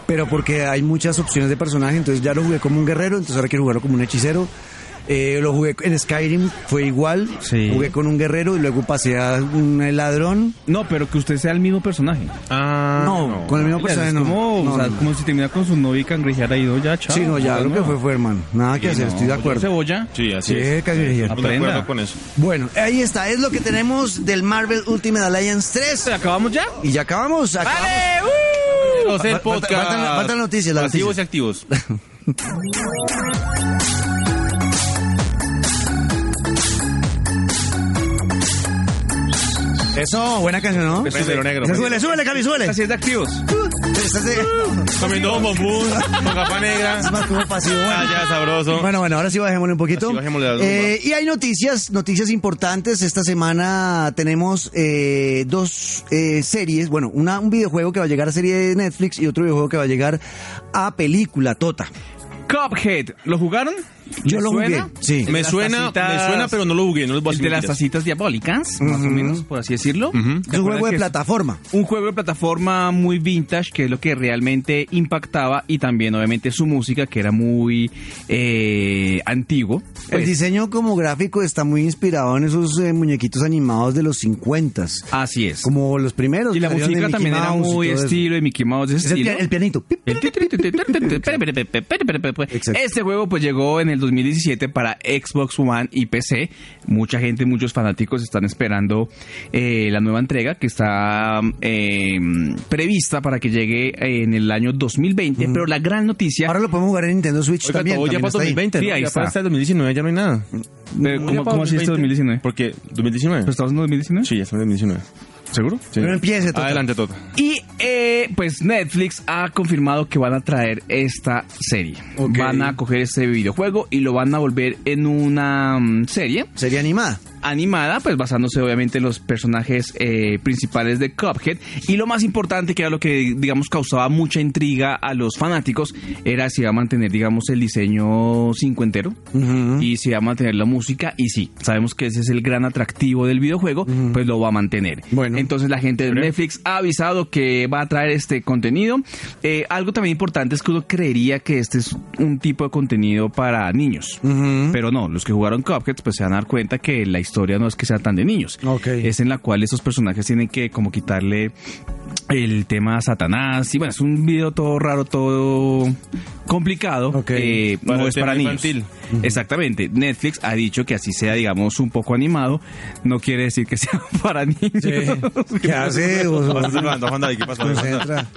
[SPEAKER 2] pero porque hay muchas opciones de personaje, entonces ya lo jugué como un guerrero, entonces ahora quiero jugarlo como un hechicero. Eh, lo jugué en Skyrim, fue igual,
[SPEAKER 4] Sí.
[SPEAKER 2] jugué con un guerrero y luego pasé a un ladrón.
[SPEAKER 4] No, pero que usted sea el mismo personaje.
[SPEAKER 3] Ah,
[SPEAKER 2] no, con el mismo
[SPEAKER 4] Claro,
[SPEAKER 2] personaje
[SPEAKER 4] es
[SPEAKER 2] no.
[SPEAKER 4] como,
[SPEAKER 2] No,
[SPEAKER 4] o sea,
[SPEAKER 2] no, no.
[SPEAKER 4] como si termina con su novia y cangrejeara y dos, ya, chao.
[SPEAKER 2] sí, no, ya
[SPEAKER 4] Cosa
[SPEAKER 2] lo que
[SPEAKER 4] nueva.
[SPEAKER 2] fue fue, hermano. Nada que
[SPEAKER 4] Sí,
[SPEAKER 2] hacer,
[SPEAKER 4] no,
[SPEAKER 2] estoy de acuerdo.
[SPEAKER 4] Cebolla.
[SPEAKER 3] Sí, así
[SPEAKER 2] Sí,
[SPEAKER 3] es.
[SPEAKER 2] cangrejera.
[SPEAKER 3] Estoy de
[SPEAKER 4] Aprenda.
[SPEAKER 3] acuerdo con eso.
[SPEAKER 2] Bueno, ahí está, es lo que tenemos del Marvel Ultimate Alliance 3.
[SPEAKER 4] ¿Acabamos ya?
[SPEAKER 2] Y ya acabamos, acabamos.
[SPEAKER 3] Los del
[SPEAKER 2] Falta-
[SPEAKER 3] podcast.
[SPEAKER 2] faltan- faltan noticias, las
[SPEAKER 3] Pasivos y activos.
[SPEAKER 2] Eso, buena canción, ¿no?
[SPEAKER 3] Pues, Pero negro.
[SPEAKER 2] Se Súbele, súbele, Cami, súbele.
[SPEAKER 4] Así es de activos.
[SPEAKER 2] Estás de-
[SPEAKER 3] Comiendo bombón, con capa negra.
[SPEAKER 2] Es más como pasivo.
[SPEAKER 3] Ah,
[SPEAKER 2] Bueno.
[SPEAKER 3] ya, sabroso.
[SPEAKER 2] Bueno, bueno, ahora sí bajémosle un poquito.
[SPEAKER 3] Así bajémosle la
[SPEAKER 2] Eh, y hay noticias, noticias importantes. Esta semana tenemos eh, dos eh, series. Bueno, una, un videojuego que va a llegar a serie de Netflix y otro videojuego que va a llegar a película, Tota.
[SPEAKER 4] Cuphead, ¿lo jugaron?
[SPEAKER 2] Yo
[SPEAKER 4] ¿Le
[SPEAKER 2] lo jugué, sí.
[SPEAKER 4] El de
[SPEAKER 3] Me
[SPEAKER 4] las
[SPEAKER 3] suena,
[SPEAKER 4] tacitas-
[SPEAKER 3] me suena, pero no lo jugué, no les voy a
[SPEAKER 4] el
[SPEAKER 3] decir
[SPEAKER 4] Pues, de las
[SPEAKER 3] mentiras.
[SPEAKER 4] tacitas diabólicas, más o menos, por así decirlo. ¿Te
[SPEAKER 2] Es un
[SPEAKER 4] acuerdas
[SPEAKER 2] juego de
[SPEAKER 4] que es
[SPEAKER 2] plataforma.
[SPEAKER 4] Un juego de plataforma muy vintage, que es lo que realmente impactaba, y también, obviamente, su música, que era muy eh, antiguo.
[SPEAKER 2] El
[SPEAKER 4] Pues,
[SPEAKER 2] diseño como gráfico está muy inspirado en esos eh, muñequitos animados de los 50
[SPEAKER 4] así es.
[SPEAKER 2] como los primeros.
[SPEAKER 4] y la
[SPEAKER 2] que salieron de Mickey
[SPEAKER 4] música también era
[SPEAKER 2] Mouse y
[SPEAKER 4] muy
[SPEAKER 2] todo eso.
[SPEAKER 4] estilo de Mickey Mouse. de ese
[SPEAKER 2] Es el,
[SPEAKER 4] estilo.
[SPEAKER 2] pia- el pianito. Pip, pip. Exacto.
[SPEAKER 4] Este juego pues llegó en el 2017 para Xbox One y PC. Mucha gente, muchos fanáticos están esperando eh, la nueva entrega que está eh, prevista para que llegue en el año 2020. Pero la gran noticia... eh,
[SPEAKER 2] Ahora lo podemos jugar en Nintendo Switch
[SPEAKER 3] Oiga,
[SPEAKER 2] también.
[SPEAKER 3] todo ya
[SPEAKER 2] también está
[SPEAKER 3] para
[SPEAKER 2] ahí.
[SPEAKER 3] 2020,
[SPEAKER 4] Sí,
[SPEAKER 3] ¿no?
[SPEAKER 4] ahí
[SPEAKER 3] Ya para
[SPEAKER 4] está.
[SPEAKER 3] hasta el 2019 ya no hay nada.
[SPEAKER 4] Pero, ¿Cómo, ¿cómo así este 2019?
[SPEAKER 3] Porque 2019.
[SPEAKER 4] ¿Pues estamos en 2019?
[SPEAKER 3] Sí, ya está en 2019. ¿Seguro? Sí.
[SPEAKER 2] Pero empiece, Tota.
[SPEAKER 3] Adelante, Tota.
[SPEAKER 4] Y eh, pues Netflix ha confirmado que van a traer esta serie.
[SPEAKER 2] Ok.
[SPEAKER 4] Van a coger este videojuego y lo van a volver en una mm, serie
[SPEAKER 2] Sería animada.
[SPEAKER 4] animada, pues basándose obviamente en los personajes eh, principales de Cuphead. Y lo más importante, que era lo que digamos causaba mucha intriga a los fanáticos, era si va a mantener digamos el diseño cincuentero y si va a mantener la música. Y sí, sabemos que ese es el gran atractivo del videojuego, pues lo va a mantener.
[SPEAKER 2] Bueno.
[SPEAKER 4] Entonces la gente de Netflix ha avisado que va a traer este contenido. Eh, algo también importante es que uno creería que este es un tipo de contenido para niños. Pero no, los que jugaron Cuphead pues se van a dar cuenta que la historia no es que sea tan de niños.
[SPEAKER 2] Ok.
[SPEAKER 4] Es en la cual esos personajes tienen que como quitarle el tema a Satanás. Y bueno, es un video todo raro, todo complicado.
[SPEAKER 2] Ok.
[SPEAKER 4] Eh,
[SPEAKER 3] Para
[SPEAKER 4] no
[SPEAKER 3] el
[SPEAKER 4] es
[SPEAKER 3] tema
[SPEAKER 4] para niños.
[SPEAKER 3] infantil.
[SPEAKER 4] Exactamente. Netflix ha dicho que así sea, digamos, un poco animado. No quiere decir que sea para niños.
[SPEAKER 2] ¿Qué hace? pues,
[SPEAKER 3] Pásate el mando, Juan David, ¿qué pasó?
[SPEAKER 2] Concentra.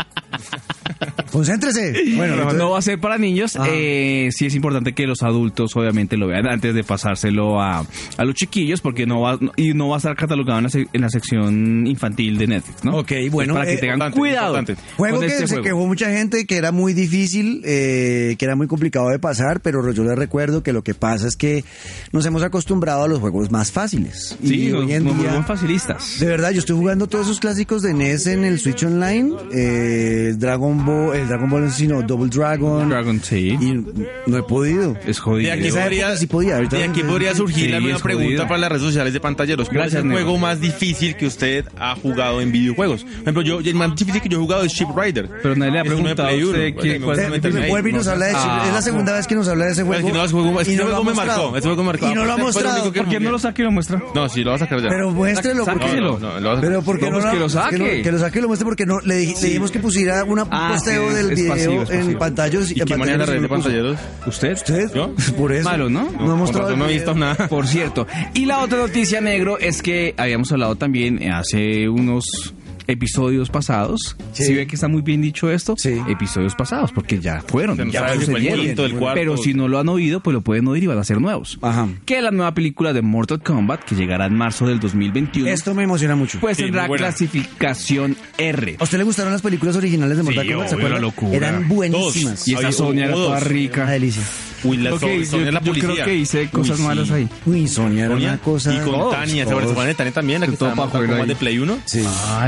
[SPEAKER 2] Concéntrese. Bueno, entonces- Ah.
[SPEAKER 4] no va a ser para niños.
[SPEAKER 2] Ajá.
[SPEAKER 4] eh, sí es importante que los adultos obviamente lo vean antes de pasárselo a, a los chiquillos porque no va no- y no va a estar catalogado en la, sec- en la sección infantil de Netflix, ¿no?
[SPEAKER 2] Ok, bueno,
[SPEAKER 4] para
[SPEAKER 2] eh,
[SPEAKER 4] que tengan
[SPEAKER 3] importante,
[SPEAKER 4] cuidado.
[SPEAKER 3] importante.
[SPEAKER 2] Juego
[SPEAKER 4] con
[SPEAKER 2] que
[SPEAKER 4] este
[SPEAKER 2] se
[SPEAKER 4] juego.
[SPEAKER 2] quejó mucha gente que era muy difícil, eh, que era muy complicado de pasar, pero yo les recuerdo que lo que pasa es que nos hemos acostumbrado a los juegos más fáciles.
[SPEAKER 4] Sí,
[SPEAKER 2] y
[SPEAKER 4] los,
[SPEAKER 2] hoy en
[SPEAKER 4] los
[SPEAKER 2] día,
[SPEAKER 4] juegos facilistas.
[SPEAKER 2] de verdad, yo estoy jugando todos esos clásicos de NES en el Switch Online, eh, el Dragon Ball, el Dragon Ball, sino Double Dragon,
[SPEAKER 4] Dragon, sí.
[SPEAKER 2] y no he podido.
[SPEAKER 4] Es jodido.
[SPEAKER 3] De aquí,
[SPEAKER 2] esa
[SPEAKER 3] podría,
[SPEAKER 2] época sí podía, ahorita
[SPEAKER 3] de
[SPEAKER 2] no
[SPEAKER 3] aquí
[SPEAKER 2] sé.
[SPEAKER 3] podría surgir la
[SPEAKER 4] Sí,
[SPEAKER 3] misma
[SPEAKER 4] es
[SPEAKER 3] pregunta
[SPEAKER 4] jodido.
[SPEAKER 3] para las redes sociales de pantalleros. ¿Cuál
[SPEAKER 4] Gracias,
[SPEAKER 3] es el
[SPEAKER 4] negro.
[SPEAKER 3] juego más difícil que usted ha jugado en videojuegos? Por ejemplo, yo, el más difícil que yo he jugado es Ship Rider.
[SPEAKER 4] Pero nadie le ha
[SPEAKER 3] Es uno de
[SPEAKER 4] preguntado a
[SPEAKER 3] Play
[SPEAKER 4] usted
[SPEAKER 3] uno.
[SPEAKER 4] qué-
[SPEAKER 3] Ok, me
[SPEAKER 4] cuál-
[SPEAKER 3] gusta
[SPEAKER 2] Eh,
[SPEAKER 3] meterme ahí.
[SPEAKER 2] vuelve y nos habla de Chile.
[SPEAKER 4] Ah.
[SPEAKER 2] es la segunda vez que nos habla de ese juego.
[SPEAKER 3] que no, ese juego-
[SPEAKER 2] y
[SPEAKER 3] ese
[SPEAKER 2] no lo
[SPEAKER 3] juego
[SPEAKER 2] ha
[SPEAKER 3] me
[SPEAKER 2] mostrado.
[SPEAKER 3] marcó, ese juego me marcó.
[SPEAKER 2] Y no lo ha
[SPEAKER 3] Fue el
[SPEAKER 2] mostrado.
[SPEAKER 3] único que-
[SPEAKER 4] ¿Por qué no lo saca y lo muestra?
[SPEAKER 3] No, sí, lo vas a sacar ya.
[SPEAKER 2] Pero muéstrelo.
[SPEAKER 4] Saque-
[SPEAKER 2] porque-
[SPEAKER 4] sáquelo.
[SPEAKER 3] No, no, no, lo vas a-
[SPEAKER 2] Pero porque
[SPEAKER 4] No, pues que lo saque.
[SPEAKER 2] Que, lo saque y lo muestre porque no, le, dij- le dijimos que pusiera una- un
[SPEAKER 4] Ah,
[SPEAKER 2] posteo
[SPEAKER 4] sí,
[SPEAKER 2] del
[SPEAKER 4] es
[SPEAKER 2] video
[SPEAKER 4] pasivo, es
[SPEAKER 2] en
[SPEAKER 4] pasivo.
[SPEAKER 2] pantallos.
[SPEAKER 3] ¿Y qué maneja la red de pantalleros?
[SPEAKER 4] ¿Usted?
[SPEAKER 2] ¿Usted?
[SPEAKER 3] ¿Yo?
[SPEAKER 2] Por eso.
[SPEAKER 4] Malo, ¿no?
[SPEAKER 2] No ha mostrado.
[SPEAKER 3] Por razón no he
[SPEAKER 2] el
[SPEAKER 3] visto
[SPEAKER 2] video.
[SPEAKER 3] nada.
[SPEAKER 4] Por cierto. Y la otra noticia, negro, es que habíamos hablado también eh, hace unos episodios pasados.
[SPEAKER 2] Sí.
[SPEAKER 4] Si ve que está muy bien dicho esto,
[SPEAKER 2] Sí.
[SPEAKER 4] episodios pasados, porque ya fueron.
[SPEAKER 3] Se nos
[SPEAKER 4] ya
[SPEAKER 3] sabe si fue el
[SPEAKER 4] sucedieron.
[SPEAKER 3] quinto, el cuarto.
[SPEAKER 4] Pero si no lo han oído, pues lo pueden oír y van a ser nuevos.
[SPEAKER 2] Ajá.
[SPEAKER 4] Que la nueva película de Mortal Kombat, que llegará en marzo del 2021,
[SPEAKER 2] Esto me emociona mucho.
[SPEAKER 4] pues
[SPEAKER 3] Sí,
[SPEAKER 4] tendrá
[SPEAKER 3] muy buena.
[SPEAKER 4] clasificación R.
[SPEAKER 2] ¿A usted le gustaron las películas originales de Mortal
[SPEAKER 4] Sí,
[SPEAKER 2] Kombat? ¿Se
[SPEAKER 4] obvio,
[SPEAKER 2] acuerda?
[SPEAKER 4] la locura.
[SPEAKER 2] Eran buenísimas.
[SPEAKER 3] Dos.
[SPEAKER 4] Y esa
[SPEAKER 3] Ay,
[SPEAKER 4] Sonia era
[SPEAKER 3] hubo
[SPEAKER 4] toda
[SPEAKER 3] dos.
[SPEAKER 4] rica.
[SPEAKER 2] Una delicia.
[SPEAKER 3] Uy, la
[SPEAKER 4] Ok,
[SPEAKER 3] Sonia,
[SPEAKER 4] yo,
[SPEAKER 3] la
[SPEAKER 4] yo
[SPEAKER 3] policía.
[SPEAKER 4] creo que hice cosas
[SPEAKER 3] Uy, sí.
[SPEAKER 4] malas ahí.
[SPEAKER 2] Uy, Sonia era
[SPEAKER 3] Sonia
[SPEAKER 2] una cosa.
[SPEAKER 3] Y con
[SPEAKER 4] Todos,
[SPEAKER 3] Tania, ¿se acuerdan
[SPEAKER 2] todos.
[SPEAKER 3] de Tania también? La que
[SPEAKER 4] Todo
[SPEAKER 3] estaba
[SPEAKER 4] para
[SPEAKER 3] Mortal
[SPEAKER 4] jugar
[SPEAKER 3] Kombat
[SPEAKER 4] ahí.
[SPEAKER 3] de Play 1.
[SPEAKER 2] Sí.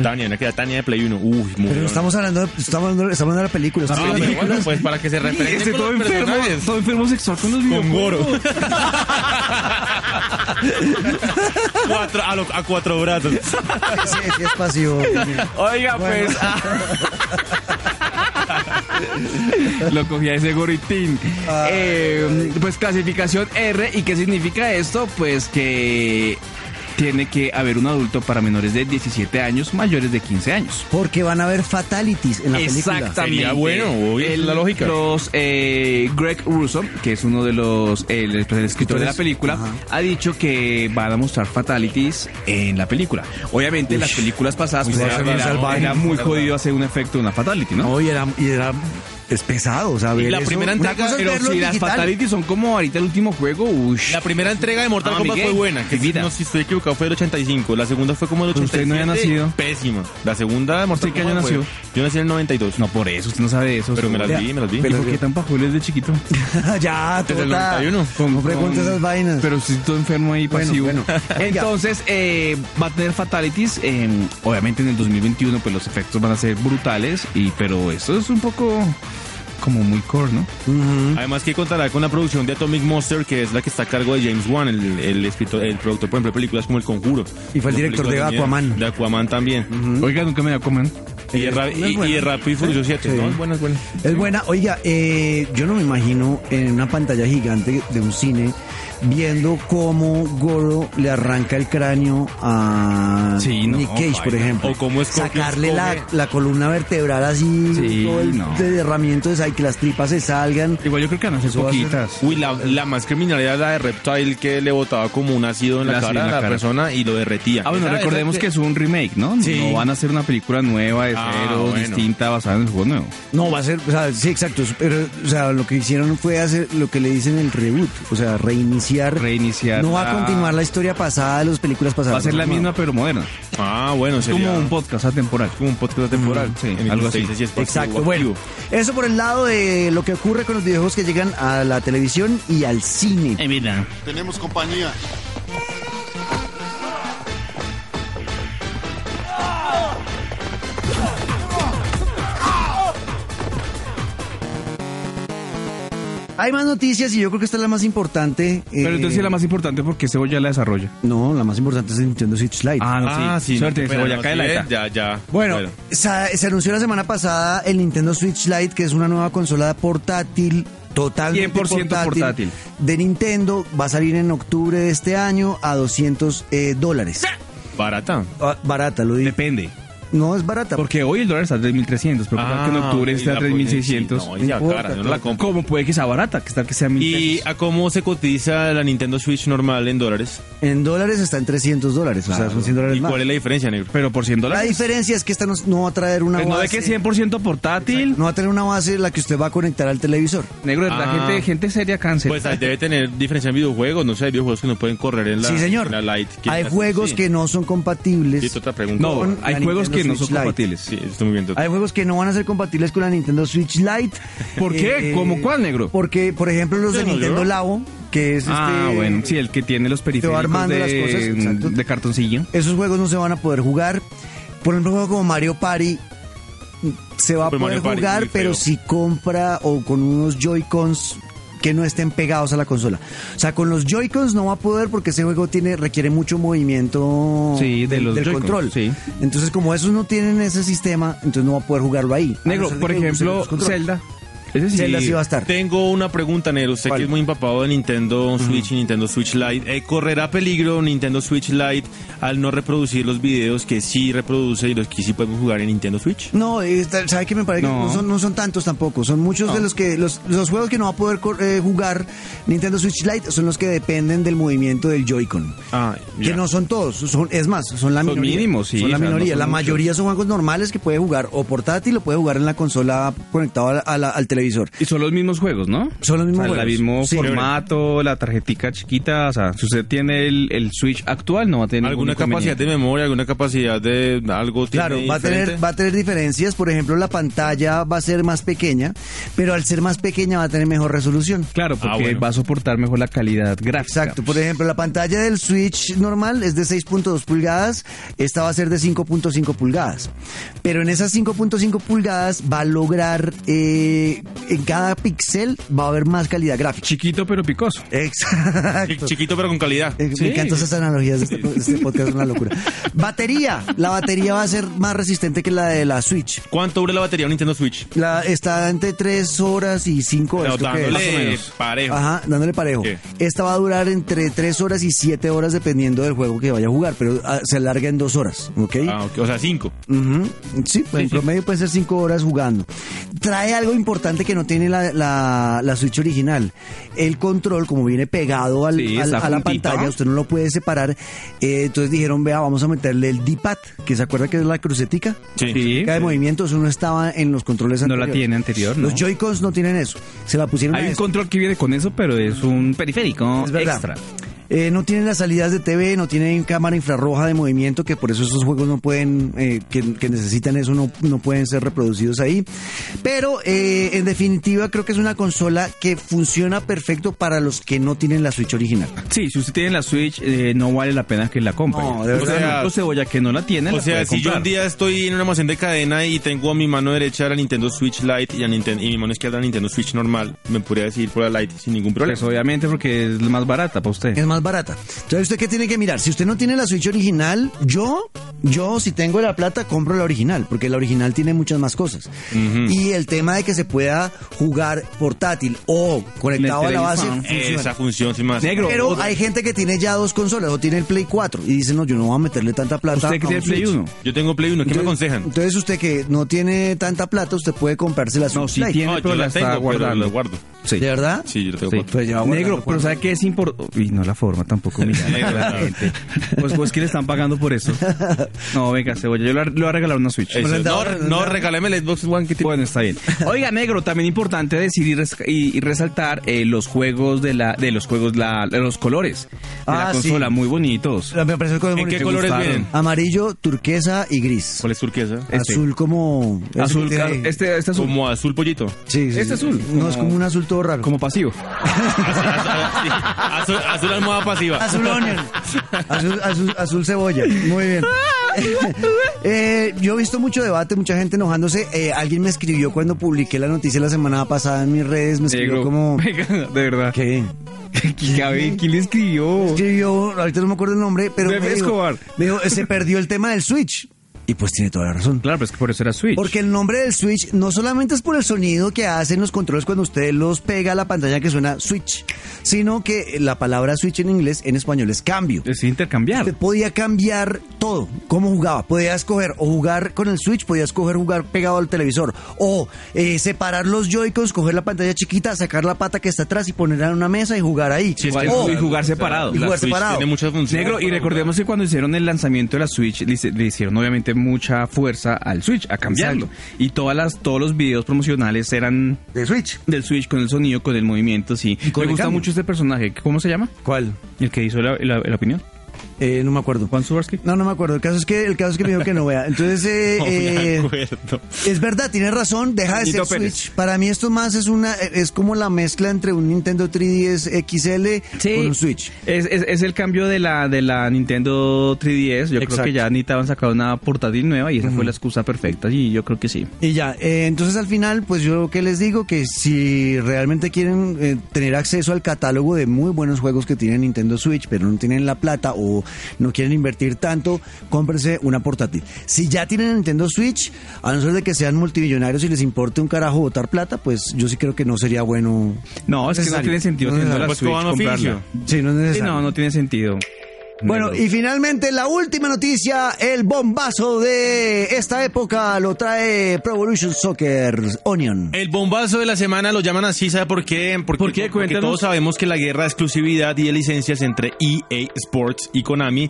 [SPEAKER 3] Tania, Ah, la que era Tania de Play 1. Uy, muy
[SPEAKER 2] Pero
[SPEAKER 3] buena.
[SPEAKER 2] estamos hablando, de, estamos hablando, estamos hablando de la película.
[SPEAKER 3] Ah,
[SPEAKER 2] estamos hablando
[SPEAKER 3] pero
[SPEAKER 2] de
[SPEAKER 3] bueno,
[SPEAKER 2] películas.
[SPEAKER 3] pues para que se referen
[SPEAKER 4] Este
[SPEAKER 3] con los
[SPEAKER 4] todo enfermo,
[SPEAKER 3] personajes.
[SPEAKER 4] todo enfermo sexual con los
[SPEAKER 3] Con
[SPEAKER 4] videojuegos.
[SPEAKER 3] Goro. Cuatro- a, lo- a cuatro brazos.
[SPEAKER 2] Sí, sí, es pasivo.
[SPEAKER 4] Oiga,
[SPEAKER 2] Bueno.
[SPEAKER 4] pues. Lo cogí a ese goritín. Eh, pues clasificación R. ¿Y qué significa esto? Pues que tiene que haber un adulto para menores de 17 años, mayores de 15 años.
[SPEAKER 2] Porque van a haber fatalities en la película.
[SPEAKER 4] Exactamente.
[SPEAKER 3] Sería bueno, obvio, es la lógica.
[SPEAKER 4] Los eh, Greg Russo, que es uno de los el, pues, el escritor de la película,
[SPEAKER 2] Ajá.
[SPEAKER 4] ha dicho que van a mostrar fatalities en la película. Obviamente, las películas pasadas pues, era,
[SPEAKER 2] salvaje,
[SPEAKER 4] era-
[SPEAKER 2] salvaje.
[SPEAKER 4] era muy jodido hacer un efecto de una fatality, ¿no?
[SPEAKER 2] No, y era, y era es pesado, o sea, ver
[SPEAKER 3] la
[SPEAKER 2] eso-
[SPEAKER 3] primera
[SPEAKER 2] una
[SPEAKER 3] entrega,
[SPEAKER 2] cosa es
[SPEAKER 4] Pero
[SPEAKER 2] verlo
[SPEAKER 4] si las
[SPEAKER 2] digital.
[SPEAKER 4] fatalities son como ahorita el último juego, ush.
[SPEAKER 3] La primera entrega de Mortal
[SPEAKER 4] Ah,
[SPEAKER 3] Kombat
[SPEAKER 4] Miguel,
[SPEAKER 3] fue buena. Que
[SPEAKER 4] mi vida.
[SPEAKER 3] No, si estoy equivocado, fue el 85. La segunda fue como el
[SPEAKER 4] Pero
[SPEAKER 3] 87.
[SPEAKER 4] usted no había nacido.
[SPEAKER 3] Pésima. La segunda de Mortal
[SPEAKER 4] ¿Usted qué
[SPEAKER 3] Kombat
[SPEAKER 4] año
[SPEAKER 3] fue-
[SPEAKER 4] nació?
[SPEAKER 3] Yo nací en el 92.
[SPEAKER 4] No, por eso, usted no sabe eso.
[SPEAKER 3] Pero me las
[SPEAKER 4] Vea,
[SPEAKER 3] vi, me las vi.
[SPEAKER 4] ¿Pero por qué tan pajuelo de chiquito?
[SPEAKER 2] ya,
[SPEAKER 3] Desde el
[SPEAKER 2] tota.
[SPEAKER 3] 91.
[SPEAKER 2] No pregunte esas vainas.
[SPEAKER 4] Pero si todo enfermo ahí
[SPEAKER 2] Bueno,
[SPEAKER 4] pasivo.
[SPEAKER 2] bueno.
[SPEAKER 4] Entonces, eh, va a tener fatalities. eh, obviamente en el 2021, pues los efectos van a ser brutales. Y, pero esto es un poco como muy core, ¿no?
[SPEAKER 3] Mm. Además que contará con la producción de Atomic Monster, que es la que está a cargo de James Wan, el, el escritor, el productor, por ejemplo, de películas como El Conjuro.
[SPEAKER 2] Y fue el
[SPEAKER 3] Una
[SPEAKER 2] director de
[SPEAKER 3] película miedo.
[SPEAKER 2] Aquaman.
[SPEAKER 3] De Aquaman también.
[SPEAKER 4] Oiga, nunca me la coman.
[SPEAKER 3] Y de
[SPEAKER 2] No
[SPEAKER 3] Ra-
[SPEAKER 2] es
[SPEAKER 3] y-
[SPEAKER 2] buena.
[SPEAKER 3] y de Rápido y Furioso 7,
[SPEAKER 2] Sí.
[SPEAKER 3] ¿no? Es buena, es buena.
[SPEAKER 2] Es buena. Oiga, eh, yo no me imagino en una pantalla gigante de un cine viendo cómo Goro le arranca el cráneo a
[SPEAKER 4] Sí, no,
[SPEAKER 2] Nick Cage, por
[SPEAKER 4] baila.
[SPEAKER 2] ejemplo.
[SPEAKER 3] O cómo Scorpion
[SPEAKER 2] Sacarle la,
[SPEAKER 3] come.
[SPEAKER 2] la columna vertebral así,
[SPEAKER 4] Sí,
[SPEAKER 2] todo el
[SPEAKER 4] no.
[SPEAKER 2] derramiento de que las tripas se salgan.
[SPEAKER 4] Igual yo creo que van a ser
[SPEAKER 2] Eso va a ser-
[SPEAKER 4] poquitas.
[SPEAKER 3] Uy, la, la más criminal era la de Reptile que le botaba como un ácido en
[SPEAKER 4] El
[SPEAKER 3] la,
[SPEAKER 4] ácido
[SPEAKER 3] cara
[SPEAKER 4] en
[SPEAKER 3] a
[SPEAKER 4] la
[SPEAKER 3] la
[SPEAKER 4] cara.
[SPEAKER 3] persona y lo derretía.
[SPEAKER 4] Ah, bueno,
[SPEAKER 3] Esa- esa-
[SPEAKER 4] recordemos que es un remake, ¿no?
[SPEAKER 3] Sí.
[SPEAKER 4] No van a hacer una película nueva, de
[SPEAKER 3] Ah,
[SPEAKER 4] cero,
[SPEAKER 3] bueno.
[SPEAKER 4] distinta, basada en el juego nuevo.
[SPEAKER 2] No, va a ser, o sea, sí, exacto. Pero, o sea, lo que hicieron fue hacer lo que le dicen el reboot, o sea, reiniciar.
[SPEAKER 4] Reiniciar
[SPEAKER 2] No va
[SPEAKER 4] la-
[SPEAKER 2] a continuar la historia pasada de las películas pasadas.
[SPEAKER 4] Va a ser la
[SPEAKER 2] No.
[SPEAKER 4] misma, pero moderna.
[SPEAKER 3] Ah, bueno,
[SPEAKER 4] Es
[SPEAKER 3] sería
[SPEAKER 4] como un podcast atemporal.
[SPEAKER 3] como un podcast temporal.
[SPEAKER 4] Ujú, sí,
[SPEAKER 3] En el
[SPEAKER 4] algo
[SPEAKER 3] que
[SPEAKER 4] así.
[SPEAKER 3] usted dice si es pasivo
[SPEAKER 2] Exacto.
[SPEAKER 3] o
[SPEAKER 2] Bueno,
[SPEAKER 3] activo.
[SPEAKER 2] eso por el lado de lo que ocurre con los videojuegos que llegan a la televisión y al cine.
[SPEAKER 4] vida.
[SPEAKER 5] Tenemos compañía.
[SPEAKER 2] Hay más noticias y yo creo que esta es la más importante.
[SPEAKER 4] Pero entonces
[SPEAKER 2] eh,
[SPEAKER 4] es la más importante porque Sebo ya la desarrolla.
[SPEAKER 2] No, la más importante es el Nintendo Switch Lite.
[SPEAKER 3] Ah, sí.
[SPEAKER 4] Suerte,
[SPEAKER 3] no,
[SPEAKER 4] Sebo,
[SPEAKER 3] espera,
[SPEAKER 4] ya
[SPEAKER 3] no,
[SPEAKER 4] cae
[SPEAKER 3] sí,
[SPEAKER 4] la
[SPEAKER 3] eh,
[SPEAKER 4] ETA.
[SPEAKER 3] Ya, ya.
[SPEAKER 2] Bueno, sa- se anunció la semana pasada el Nintendo Switch Lite, que es una nueva consola portátil, totalmente
[SPEAKER 4] 100% portátil.
[SPEAKER 2] de Nintendo. Va a salir en octubre de este año a 200 eh, dólares.
[SPEAKER 3] Barata.
[SPEAKER 2] Ah, Barata, lo digo.
[SPEAKER 4] Depende.
[SPEAKER 2] No es barata.
[SPEAKER 4] Porque hoy el dólar está a 3.300, pero
[SPEAKER 3] Ah,
[SPEAKER 4] que en octubre
[SPEAKER 3] y
[SPEAKER 4] está a
[SPEAKER 3] la
[SPEAKER 4] 3.600.
[SPEAKER 3] potencia, no, ya,
[SPEAKER 2] importa,
[SPEAKER 3] cara, yo no la compro.
[SPEAKER 4] ¿Cómo puede que sea barata? Que está que sea 1.000
[SPEAKER 3] ¿Y
[SPEAKER 4] pesos.
[SPEAKER 3] a cómo se cotiza la Nintendo Switch normal en dólares?
[SPEAKER 2] En dólares está en 300 dólares, o sea, son 100 dólares
[SPEAKER 3] ¿Y
[SPEAKER 2] más.
[SPEAKER 3] cuál es la diferencia, negro?
[SPEAKER 4] Pero por 100
[SPEAKER 2] La
[SPEAKER 4] dólares.
[SPEAKER 2] diferencia es que esta no, no va a traer una
[SPEAKER 4] Pues no de
[SPEAKER 2] base.
[SPEAKER 4] que 100% portátil.
[SPEAKER 2] no va a tener una base en la que usted va a conectar al televisor.
[SPEAKER 4] Negro,
[SPEAKER 3] Ah.
[SPEAKER 4] la gente, gente seria cáncer.
[SPEAKER 3] Pues ahí debe tener diferencia en videojuegos, no sé, hay videojuegos que no pueden correr en la,
[SPEAKER 2] sí, señor.
[SPEAKER 3] en la Lite. ¿Qué
[SPEAKER 2] Hay
[SPEAKER 3] hace?
[SPEAKER 2] juegos
[SPEAKER 3] Sí.
[SPEAKER 2] que no son compatibles.
[SPEAKER 3] Sí, otra pregunta.
[SPEAKER 4] no,
[SPEAKER 2] con la
[SPEAKER 4] hay juegos
[SPEAKER 2] Nintendo
[SPEAKER 4] que no
[SPEAKER 2] Switch
[SPEAKER 4] son
[SPEAKER 2] Lite.
[SPEAKER 4] compatibles.
[SPEAKER 3] Sí, estoy muy bien. doctor.
[SPEAKER 2] Hay juegos que no van a ser compatibles con la Nintendo Switch Lite. Eh,
[SPEAKER 4] ¿Por qué? ¿Cómo cuál, negro?
[SPEAKER 2] Porque, por ejemplo, los de
[SPEAKER 3] Sí, no, yo-
[SPEAKER 2] Nintendo Labo, que es
[SPEAKER 4] Ah,
[SPEAKER 2] este...
[SPEAKER 4] bueno, sí, el que tiene los periféricos
[SPEAKER 2] armando
[SPEAKER 4] de, mm,
[SPEAKER 2] las cosas, exacto. Ah,
[SPEAKER 4] de cartoncillo.
[SPEAKER 2] Esos juegos no se van a poder jugar. Por ejemplo, un juego como Mario Party se va
[SPEAKER 4] Pues
[SPEAKER 3] Super
[SPEAKER 2] a poder
[SPEAKER 3] Mario Party,
[SPEAKER 2] jugar,
[SPEAKER 3] muy feo.
[SPEAKER 2] pero si compra o con unos Joy-Cons que no estén pegados a la consola. O sea, con los Joy-Cons no va a poder porque ese juego tiene requiere mucho movimiento
[SPEAKER 4] Sí, de
[SPEAKER 2] del-
[SPEAKER 4] los
[SPEAKER 2] del
[SPEAKER 4] Joy-Cons,
[SPEAKER 2] control.
[SPEAKER 4] sí.
[SPEAKER 2] Entonces, como esos no tienen ese sistema, entonces no va a poder jugarlo ahí. A
[SPEAKER 4] Negro,
[SPEAKER 2] no ser de
[SPEAKER 4] por
[SPEAKER 2] que use
[SPEAKER 4] ejemplo,
[SPEAKER 2] los controles.
[SPEAKER 4] Zelda. Ese sí.
[SPEAKER 2] Zelda sí va a estar.
[SPEAKER 3] Tengo una pregunta, Nero. Usted
[SPEAKER 2] ¿Cuál?
[SPEAKER 3] que es muy empapado de Nintendo Switch y Nintendo Switch Lite. eh, ¿Correrá peligro Nintendo Switch Lite al no reproducir los videos que sí reproduce y los que sí podemos jugar en Nintendo Switch?
[SPEAKER 2] No, eh, ¿sabe que me parece que
[SPEAKER 4] No.
[SPEAKER 2] no son, no son tantos tampoco? Son muchos de los que los, los juegos que no va a poder cor- eh, jugar Nintendo Switch Lite son los que dependen del movimiento del Joy-Con.
[SPEAKER 3] Ah,
[SPEAKER 2] Que no son todos, son, es más, son la
[SPEAKER 4] Son
[SPEAKER 2] minoría.
[SPEAKER 4] mínimos, sí,
[SPEAKER 2] Son la
[SPEAKER 4] o sea, no
[SPEAKER 2] minoría.
[SPEAKER 4] son
[SPEAKER 2] la
[SPEAKER 4] muchos.
[SPEAKER 2] mayoría son juegos normales que puede jugar o portátil o puede jugar en la consola conectado a la- a la- al televisor.
[SPEAKER 4] Y son los mismos juegos, ¿no?
[SPEAKER 2] Son los mismos
[SPEAKER 4] O sea,
[SPEAKER 2] juegos.
[SPEAKER 4] El mismo
[SPEAKER 2] Sí.
[SPEAKER 4] formato, la tarjetica chiquita. O sea, si usted tiene el, el Switch actual, no va a tener ningún
[SPEAKER 3] ¿Alguna capacidad
[SPEAKER 4] inconveniente.
[SPEAKER 3] de memoria? ¿Alguna capacidad de algo? tiene
[SPEAKER 2] Claro, va a, tener,
[SPEAKER 3] diferente?
[SPEAKER 2] va a tener diferencias. Por ejemplo, la pantalla va a ser más pequeña, pero al ser más pequeña va a tener mejor resolución.
[SPEAKER 4] Claro, porque
[SPEAKER 3] bueno.
[SPEAKER 4] va a soportar mejor la calidad gráfica.
[SPEAKER 2] Exacto, pues, por ejemplo, la pantalla del Switch normal es de 6.2 pulgadas, esta va a ser de 5.5 pulgadas. Pero en esas 5.5 pulgadas va a lograr, eh, en cada píxel va a haber más calidad gráfica.
[SPEAKER 4] Chiquito pero picoso.
[SPEAKER 2] Exacto.
[SPEAKER 3] Chiquito pero con calidad.
[SPEAKER 2] Eh,
[SPEAKER 4] Sí.
[SPEAKER 2] Me encantan esas analogías de este, po- de este podcast, es una locura. Batería, la batería va a ser más resistente que la de la Switch.
[SPEAKER 3] ¿Cuánto dura la batería de un Nintendo Switch?
[SPEAKER 2] La, está entre 3 horas y 5 horas. creo
[SPEAKER 3] Pero
[SPEAKER 2] que es.
[SPEAKER 3] dándole
[SPEAKER 4] Pues, Más o menos.
[SPEAKER 3] parejo.
[SPEAKER 2] Ajá, dándole parejo.
[SPEAKER 3] Sí.
[SPEAKER 2] Esta va a durar entre 3 horas y 7 horas dependiendo del juego que vaya a jugar, pero ah, se alarga en 2 horas, ¿ok?
[SPEAKER 3] Ah, ok, O sea, cinco.
[SPEAKER 2] Ujú. Sí, pues, en promedio puede ser 5 horas jugando. Trae algo importante que no tiene la, la- la Switch original. El control, como viene pegado al-
[SPEAKER 4] Sí,
[SPEAKER 2] al-
[SPEAKER 4] está
[SPEAKER 2] a la
[SPEAKER 4] juntito.
[SPEAKER 2] pantalla, usted no lo puede separar. Eh, entonces dijeron, vea, vamos a meterle el D-pad, que se acuerda que es la crucetica.
[SPEAKER 4] Sí.
[SPEAKER 2] Cada movimiento, eso no estaba en los controles
[SPEAKER 4] No la
[SPEAKER 2] anteriores.
[SPEAKER 4] tiene anterior, ¿no?
[SPEAKER 2] Los Joy-Cons no tienen eso. Se la pusieron a
[SPEAKER 4] Hay un
[SPEAKER 2] esto.
[SPEAKER 4] control que viene con eso, pero es un periférico
[SPEAKER 2] Es verdad.
[SPEAKER 4] extra.
[SPEAKER 2] Eh, no tienen las salidas de TV, no tienen cámara infrarroja de movimiento, que por eso esos juegos no pueden, eh, que, que necesitan eso, no, no pueden ser reproducidos ahí. Pero eh, en definitiva creo que es una consola que funciona perfecto para los que no tienen la Switch original.
[SPEAKER 4] Sí, si usted tiene la Switch, eh, no vale la pena que la compre.
[SPEAKER 2] No, de verdad.
[SPEAKER 4] O sea, ejemplo, Cebolla que no la tiene,
[SPEAKER 3] O
[SPEAKER 4] la
[SPEAKER 3] sea,
[SPEAKER 4] puede
[SPEAKER 3] si yo
[SPEAKER 4] comprar.
[SPEAKER 3] un día estoy en un almacén de cadena y tengo a mi mano derecha la Nintendo Switch Lite y a Ninten- y mi mano izquierda la Nintendo Switch normal, me podría decidir por la Lite sin ningún problema.
[SPEAKER 4] Pues obviamente porque es la más barata para usted.
[SPEAKER 2] Es más barata. Entonces, ¿usted qué tiene que mirar? Si usted no tiene la Switch original, yo, yo si tengo la plata, compro la original, porque la original tiene muchas más cosas. Y el tema de que se pueda jugar portátil o conectado a la base,
[SPEAKER 4] televisor.
[SPEAKER 2] funciona.
[SPEAKER 3] Esa función sin más.
[SPEAKER 4] Negro,
[SPEAKER 2] Pero
[SPEAKER 4] otra-
[SPEAKER 2] hay gente que tiene ya dos consolas o tiene el Play 4 y dice, no, yo no voy a meterle tanta plata.
[SPEAKER 4] usted que
[SPEAKER 2] a
[SPEAKER 4] tiene
[SPEAKER 2] un
[SPEAKER 4] Play
[SPEAKER 2] Switch".
[SPEAKER 4] 1.
[SPEAKER 3] Yo tengo Play 1, ¿qué me
[SPEAKER 2] Entonces-
[SPEAKER 3] aconsejan?
[SPEAKER 2] Entonces usted que no tiene tanta plata, usted puede comprarse la Switch
[SPEAKER 4] No, sí
[SPEAKER 2] Lite.
[SPEAKER 4] tiene,
[SPEAKER 3] No,
[SPEAKER 4] pero
[SPEAKER 3] Ah, yo
[SPEAKER 4] la,
[SPEAKER 3] la
[SPEAKER 4] está
[SPEAKER 3] tengo, pero
[SPEAKER 4] guardando.
[SPEAKER 3] la guardo.
[SPEAKER 4] Sí.
[SPEAKER 2] ¿De verdad?
[SPEAKER 3] Sí, yo lo tengo.
[SPEAKER 4] Sí.
[SPEAKER 3] guardado.
[SPEAKER 2] Pues ya guardando,
[SPEAKER 4] Negro, pero
[SPEAKER 2] guardando.
[SPEAKER 4] ¿sabe qué es importante? Uy, no la forma tampoco, mira.
[SPEAKER 3] Negro,
[SPEAKER 4] la
[SPEAKER 3] no.
[SPEAKER 4] gente. Pues, pues que le están pagando por eso. No, venga, cebolla, yo le, voy a regalar una Switch.
[SPEAKER 3] Eso,
[SPEAKER 2] Anda,
[SPEAKER 3] No,
[SPEAKER 2] anda.
[SPEAKER 3] no, regálame el Xbox One que tiene.
[SPEAKER 4] Bueno, está bien. Oiga, negro, también importante decir y, res- y- y resaltar eh, los juegos de la, de los juegos, la, de los colores de la
[SPEAKER 2] Ah, sí.
[SPEAKER 4] consola, muy bonitos.
[SPEAKER 2] Me parece que es
[SPEAKER 3] ¿En
[SPEAKER 2] bonito.
[SPEAKER 3] qué colores
[SPEAKER 4] gustaron.
[SPEAKER 3] vienen?
[SPEAKER 2] Amarillo, turquesa y gris.
[SPEAKER 3] ¿Cuál es turquesa?
[SPEAKER 4] Este.
[SPEAKER 2] Azul como...
[SPEAKER 4] Azul,
[SPEAKER 2] ese que
[SPEAKER 4] claro,
[SPEAKER 2] tiene-
[SPEAKER 4] este, este azul,
[SPEAKER 3] Como azul pollito.
[SPEAKER 2] Sí, sí,
[SPEAKER 4] este
[SPEAKER 2] sí.
[SPEAKER 4] azul,
[SPEAKER 2] No, es
[SPEAKER 4] como-
[SPEAKER 2] como un azul todo raro.
[SPEAKER 4] como pasivo.
[SPEAKER 2] Ah,
[SPEAKER 3] Ah, Sí, Azul, azul almohada pasiva.
[SPEAKER 2] Azul onion. Azul, azul- azul cebolla. Muy bien. Eh, yo he visto mucho debate, mucha gente enojándose. Eh, alguien me escribió cuando publiqué la noticia la semana pasada en mis redes, me escribió
[SPEAKER 4] Negro,
[SPEAKER 2] como...
[SPEAKER 4] venga, de verdad.
[SPEAKER 2] ¿Qué?
[SPEAKER 4] A ver, ¿Quién le escribió?
[SPEAKER 2] Escribió, ahorita no me acuerdo el nombre, pero
[SPEAKER 4] Bebe
[SPEAKER 2] me dijo-
[SPEAKER 4] Escobar.
[SPEAKER 2] me dijo, se perdió el tema del Switch. Y pues tiene toda la razón.
[SPEAKER 4] Claro, pero es que por eso era Switch.
[SPEAKER 2] Porque el nombre del Switch no solamente es por el sonido que hacen los controles cuando usted los pega a la pantalla que suena Switch, sino que la palabra Switch en inglés, en español es cambio.
[SPEAKER 4] es intercambiar.
[SPEAKER 2] Usted podía cambiar todo, cómo jugaba. Podía escoger o jugar con el Switch, podía escoger jugar pegado al televisor, o eh, separar los Joy-Cons, coger la pantalla chiquita, sacar la pata que está atrás y ponerla en una mesa y jugar ahí.
[SPEAKER 3] Sí, es que
[SPEAKER 2] O-
[SPEAKER 4] y jugar separado.
[SPEAKER 2] Y
[SPEAKER 3] La
[SPEAKER 2] jugar
[SPEAKER 3] Switch
[SPEAKER 2] separado.
[SPEAKER 3] Tiene muchas funciones.
[SPEAKER 4] Negro, y recordemos que cuando hicieron el lanzamiento de la Switch, le, hice- le hicieron obviamente mucha fuerza al Switch, a cambiarlo. Y todas las, todos los videos promocionales eran
[SPEAKER 2] de Switch.
[SPEAKER 4] del Switch con el sonido, con el movimiento, sí.
[SPEAKER 2] con
[SPEAKER 4] Me
[SPEAKER 2] el
[SPEAKER 4] gusta
[SPEAKER 2] cambio.
[SPEAKER 4] mucho este personaje. ¿Cómo se llama?
[SPEAKER 2] ¿Cuál?
[SPEAKER 4] El que hizo la, la- la opinión.
[SPEAKER 2] Eh, no me acuerdo.
[SPEAKER 4] Juan Subarsky.
[SPEAKER 2] No, no me acuerdo. El caso es que el caso es que me dijo que no vea. Entonces, eh,
[SPEAKER 3] No me
[SPEAKER 2] eh,
[SPEAKER 3] acuerdo.
[SPEAKER 2] Es verdad, tienes razón, deja de
[SPEAKER 4] Nito
[SPEAKER 2] ser
[SPEAKER 4] Pérez.
[SPEAKER 2] Switch. Para mí esto más es una es como la mezcla entre un Nintendo 3DS XL con un Switch.
[SPEAKER 4] Es, es- es el cambio de la, de la Nintendo 3DS. Yo
[SPEAKER 2] Exacto.
[SPEAKER 4] creo que ya ni estaban sacado una portátil nueva y esa fue la excusa perfecta. Y yo creo que sí.
[SPEAKER 2] Y ya, eh, entonces al final, pues yo que les digo que si realmente quieren eh, tener acceso al catálogo de muy buenos juegos que tiene Nintendo Switch, pero no tienen la plata o no quieren invertir tanto, cómprense una portátil. Si ya tienen Nintendo Switch, a no ser de que sean multimillonarios y les importe un carajo botar plata, pues yo sí creo que no sería bueno.
[SPEAKER 4] No, es que no
[SPEAKER 2] Necesario.
[SPEAKER 4] tiene sentido
[SPEAKER 2] No
[SPEAKER 4] teniendo la
[SPEAKER 3] Pues
[SPEAKER 4] Switch
[SPEAKER 3] cojan oficio.
[SPEAKER 4] comprarla.
[SPEAKER 2] Sí, no es
[SPEAKER 4] Sí,
[SPEAKER 2] necesario.
[SPEAKER 4] no, no tiene sentido.
[SPEAKER 2] Bueno,
[SPEAKER 4] Negro.
[SPEAKER 2] y finalmente la última noticia, el bombazo de esta época lo trae Pro Evolution Soccer Onion.
[SPEAKER 3] El bombazo de la semana lo llaman así, ¿sabe por qué? Porque,
[SPEAKER 4] ¿Por qué?
[SPEAKER 3] porque
[SPEAKER 4] Cuéntanos.
[SPEAKER 3] todos sabemos que la guerra de exclusividad y de licencias entre EA Sports y Konami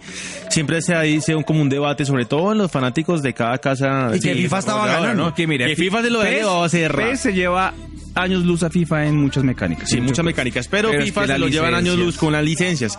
[SPEAKER 3] siempre se dice un, como un debate, sobre todo en los fanáticos de cada casa.
[SPEAKER 2] Y que FIFA estaba
[SPEAKER 3] ahora,
[SPEAKER 2] ganando.
[SPEAKER 3] Que, mire, que FIFA se lo
[SPEAKER 4] PES,
[SPEAKER 3] llevó a cerrar.
[SPEAKER 4] PES se lleva años luz a FIFA en muchas mecánicas.
[SPEAKER 3] Sí,
[SPEAKER 4] En
[SPEAKER 3] muchas
[SPEAKER 4] muchas
[SPEAKER 3] mecánicas, pero,
[SPEAKER 4] Pero es
[SPEAKER 3] FIFA
[SPEAKER 4] que
[SPEAKER 3] se
[SPEAKER 4] las
[SPEAKER 3] lo llevan años
[SPEAKER 4] licencias.
[SPEAKER 3] luz con las licencias.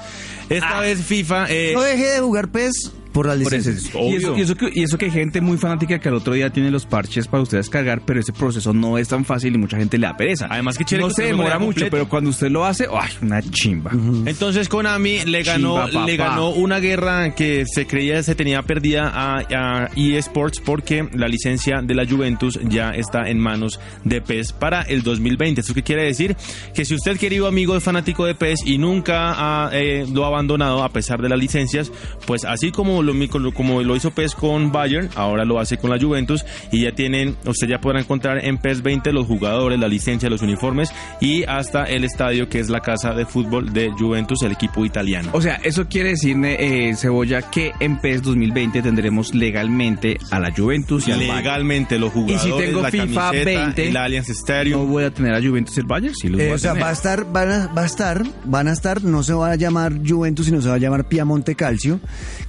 [SPEAKER 3] Esta vez FIFA... eh,
[SPEAKER 2] No dejé de jugar PES por las
[SPEAKER 4] cosas.
[SPEAKER 2] licencias.
[SPEAKER 3] Obvio.
[SPEAKER 4] Y eso, y, eso que, y eso que hay gente muy fanática que al otro día tiene los parches para usted descargar, pero ese proceso no es tan fácil y mucha gente le da pereza.
[SPEAKER 3] Además, qué chévere
[SPEAKER 4] No
[SPEAKER 3] que
[SPEAKER 4] se
[SPEAKER 3] usted lo
[SPEAKER 4] demora
[SPEAKER 3] juega
[SPEAKER 4] mucho,
[SPEAKER 3] completo.
[SPEAKER 4] pero cuando usted lo hace, ¡ay, una chimba!
[SPEAKER 3] Entonces Konami le ganó,
[SPEAKER 4] Chimba, papá.
[SPEAKER 3] le ganó una guerra que se creía se tenía perdida a, a EA Sports porque la licencia de la Juventus ya está en manos de PES para el 2020. ¿Esto qué quiere decir? Que si usted, querido amigo, es fanático de PES y nunca ha, eh, lo ha abandonado a pesar de las licencias, pues así como lo, como lo hizo PES con Bayern, ahora lo hace con la Juventus y ya tienen, usted ya podrá encontrar en PES 20 los jugadores, la licencia, los uniformes y hasta el estadio que es la casa de fútbol de Juventus, el equipo italiano.
[SPEAKER 4] O sea, eso quiere decir, eh, Cebolla, que en E PES 2020 tendremos legalmente a la Juventus y al Bayern.
[SPEAKER 3] Legalmente los
[SPEAKER 4] Y
[SPEAKER 3] jugadores,
[SPEAKER 4] si tengo
[SPEAKER 3] la
[SPEAKER 4] FIFA
[SPEAKER 3] camiseta,
[SPEAKER 4] 20,
[SPEAKER 3] el Allianz
[SPEAKER 4] No
[SPEAKER 3] Stadium.
[SPEAKER 4] voy a tener a Juventus y el Bayern, sí los voy
[SPEAKER 2] Eh,
[SPEAKER 4] a
[SPEAKER 2] o sea,
[SPEAKER 4] tener.
[SPEAKER 2] va a estar, van a, va a estar, van a estar, no se va a llamar Juventus, sino se va a llamar Piamonte Calcio,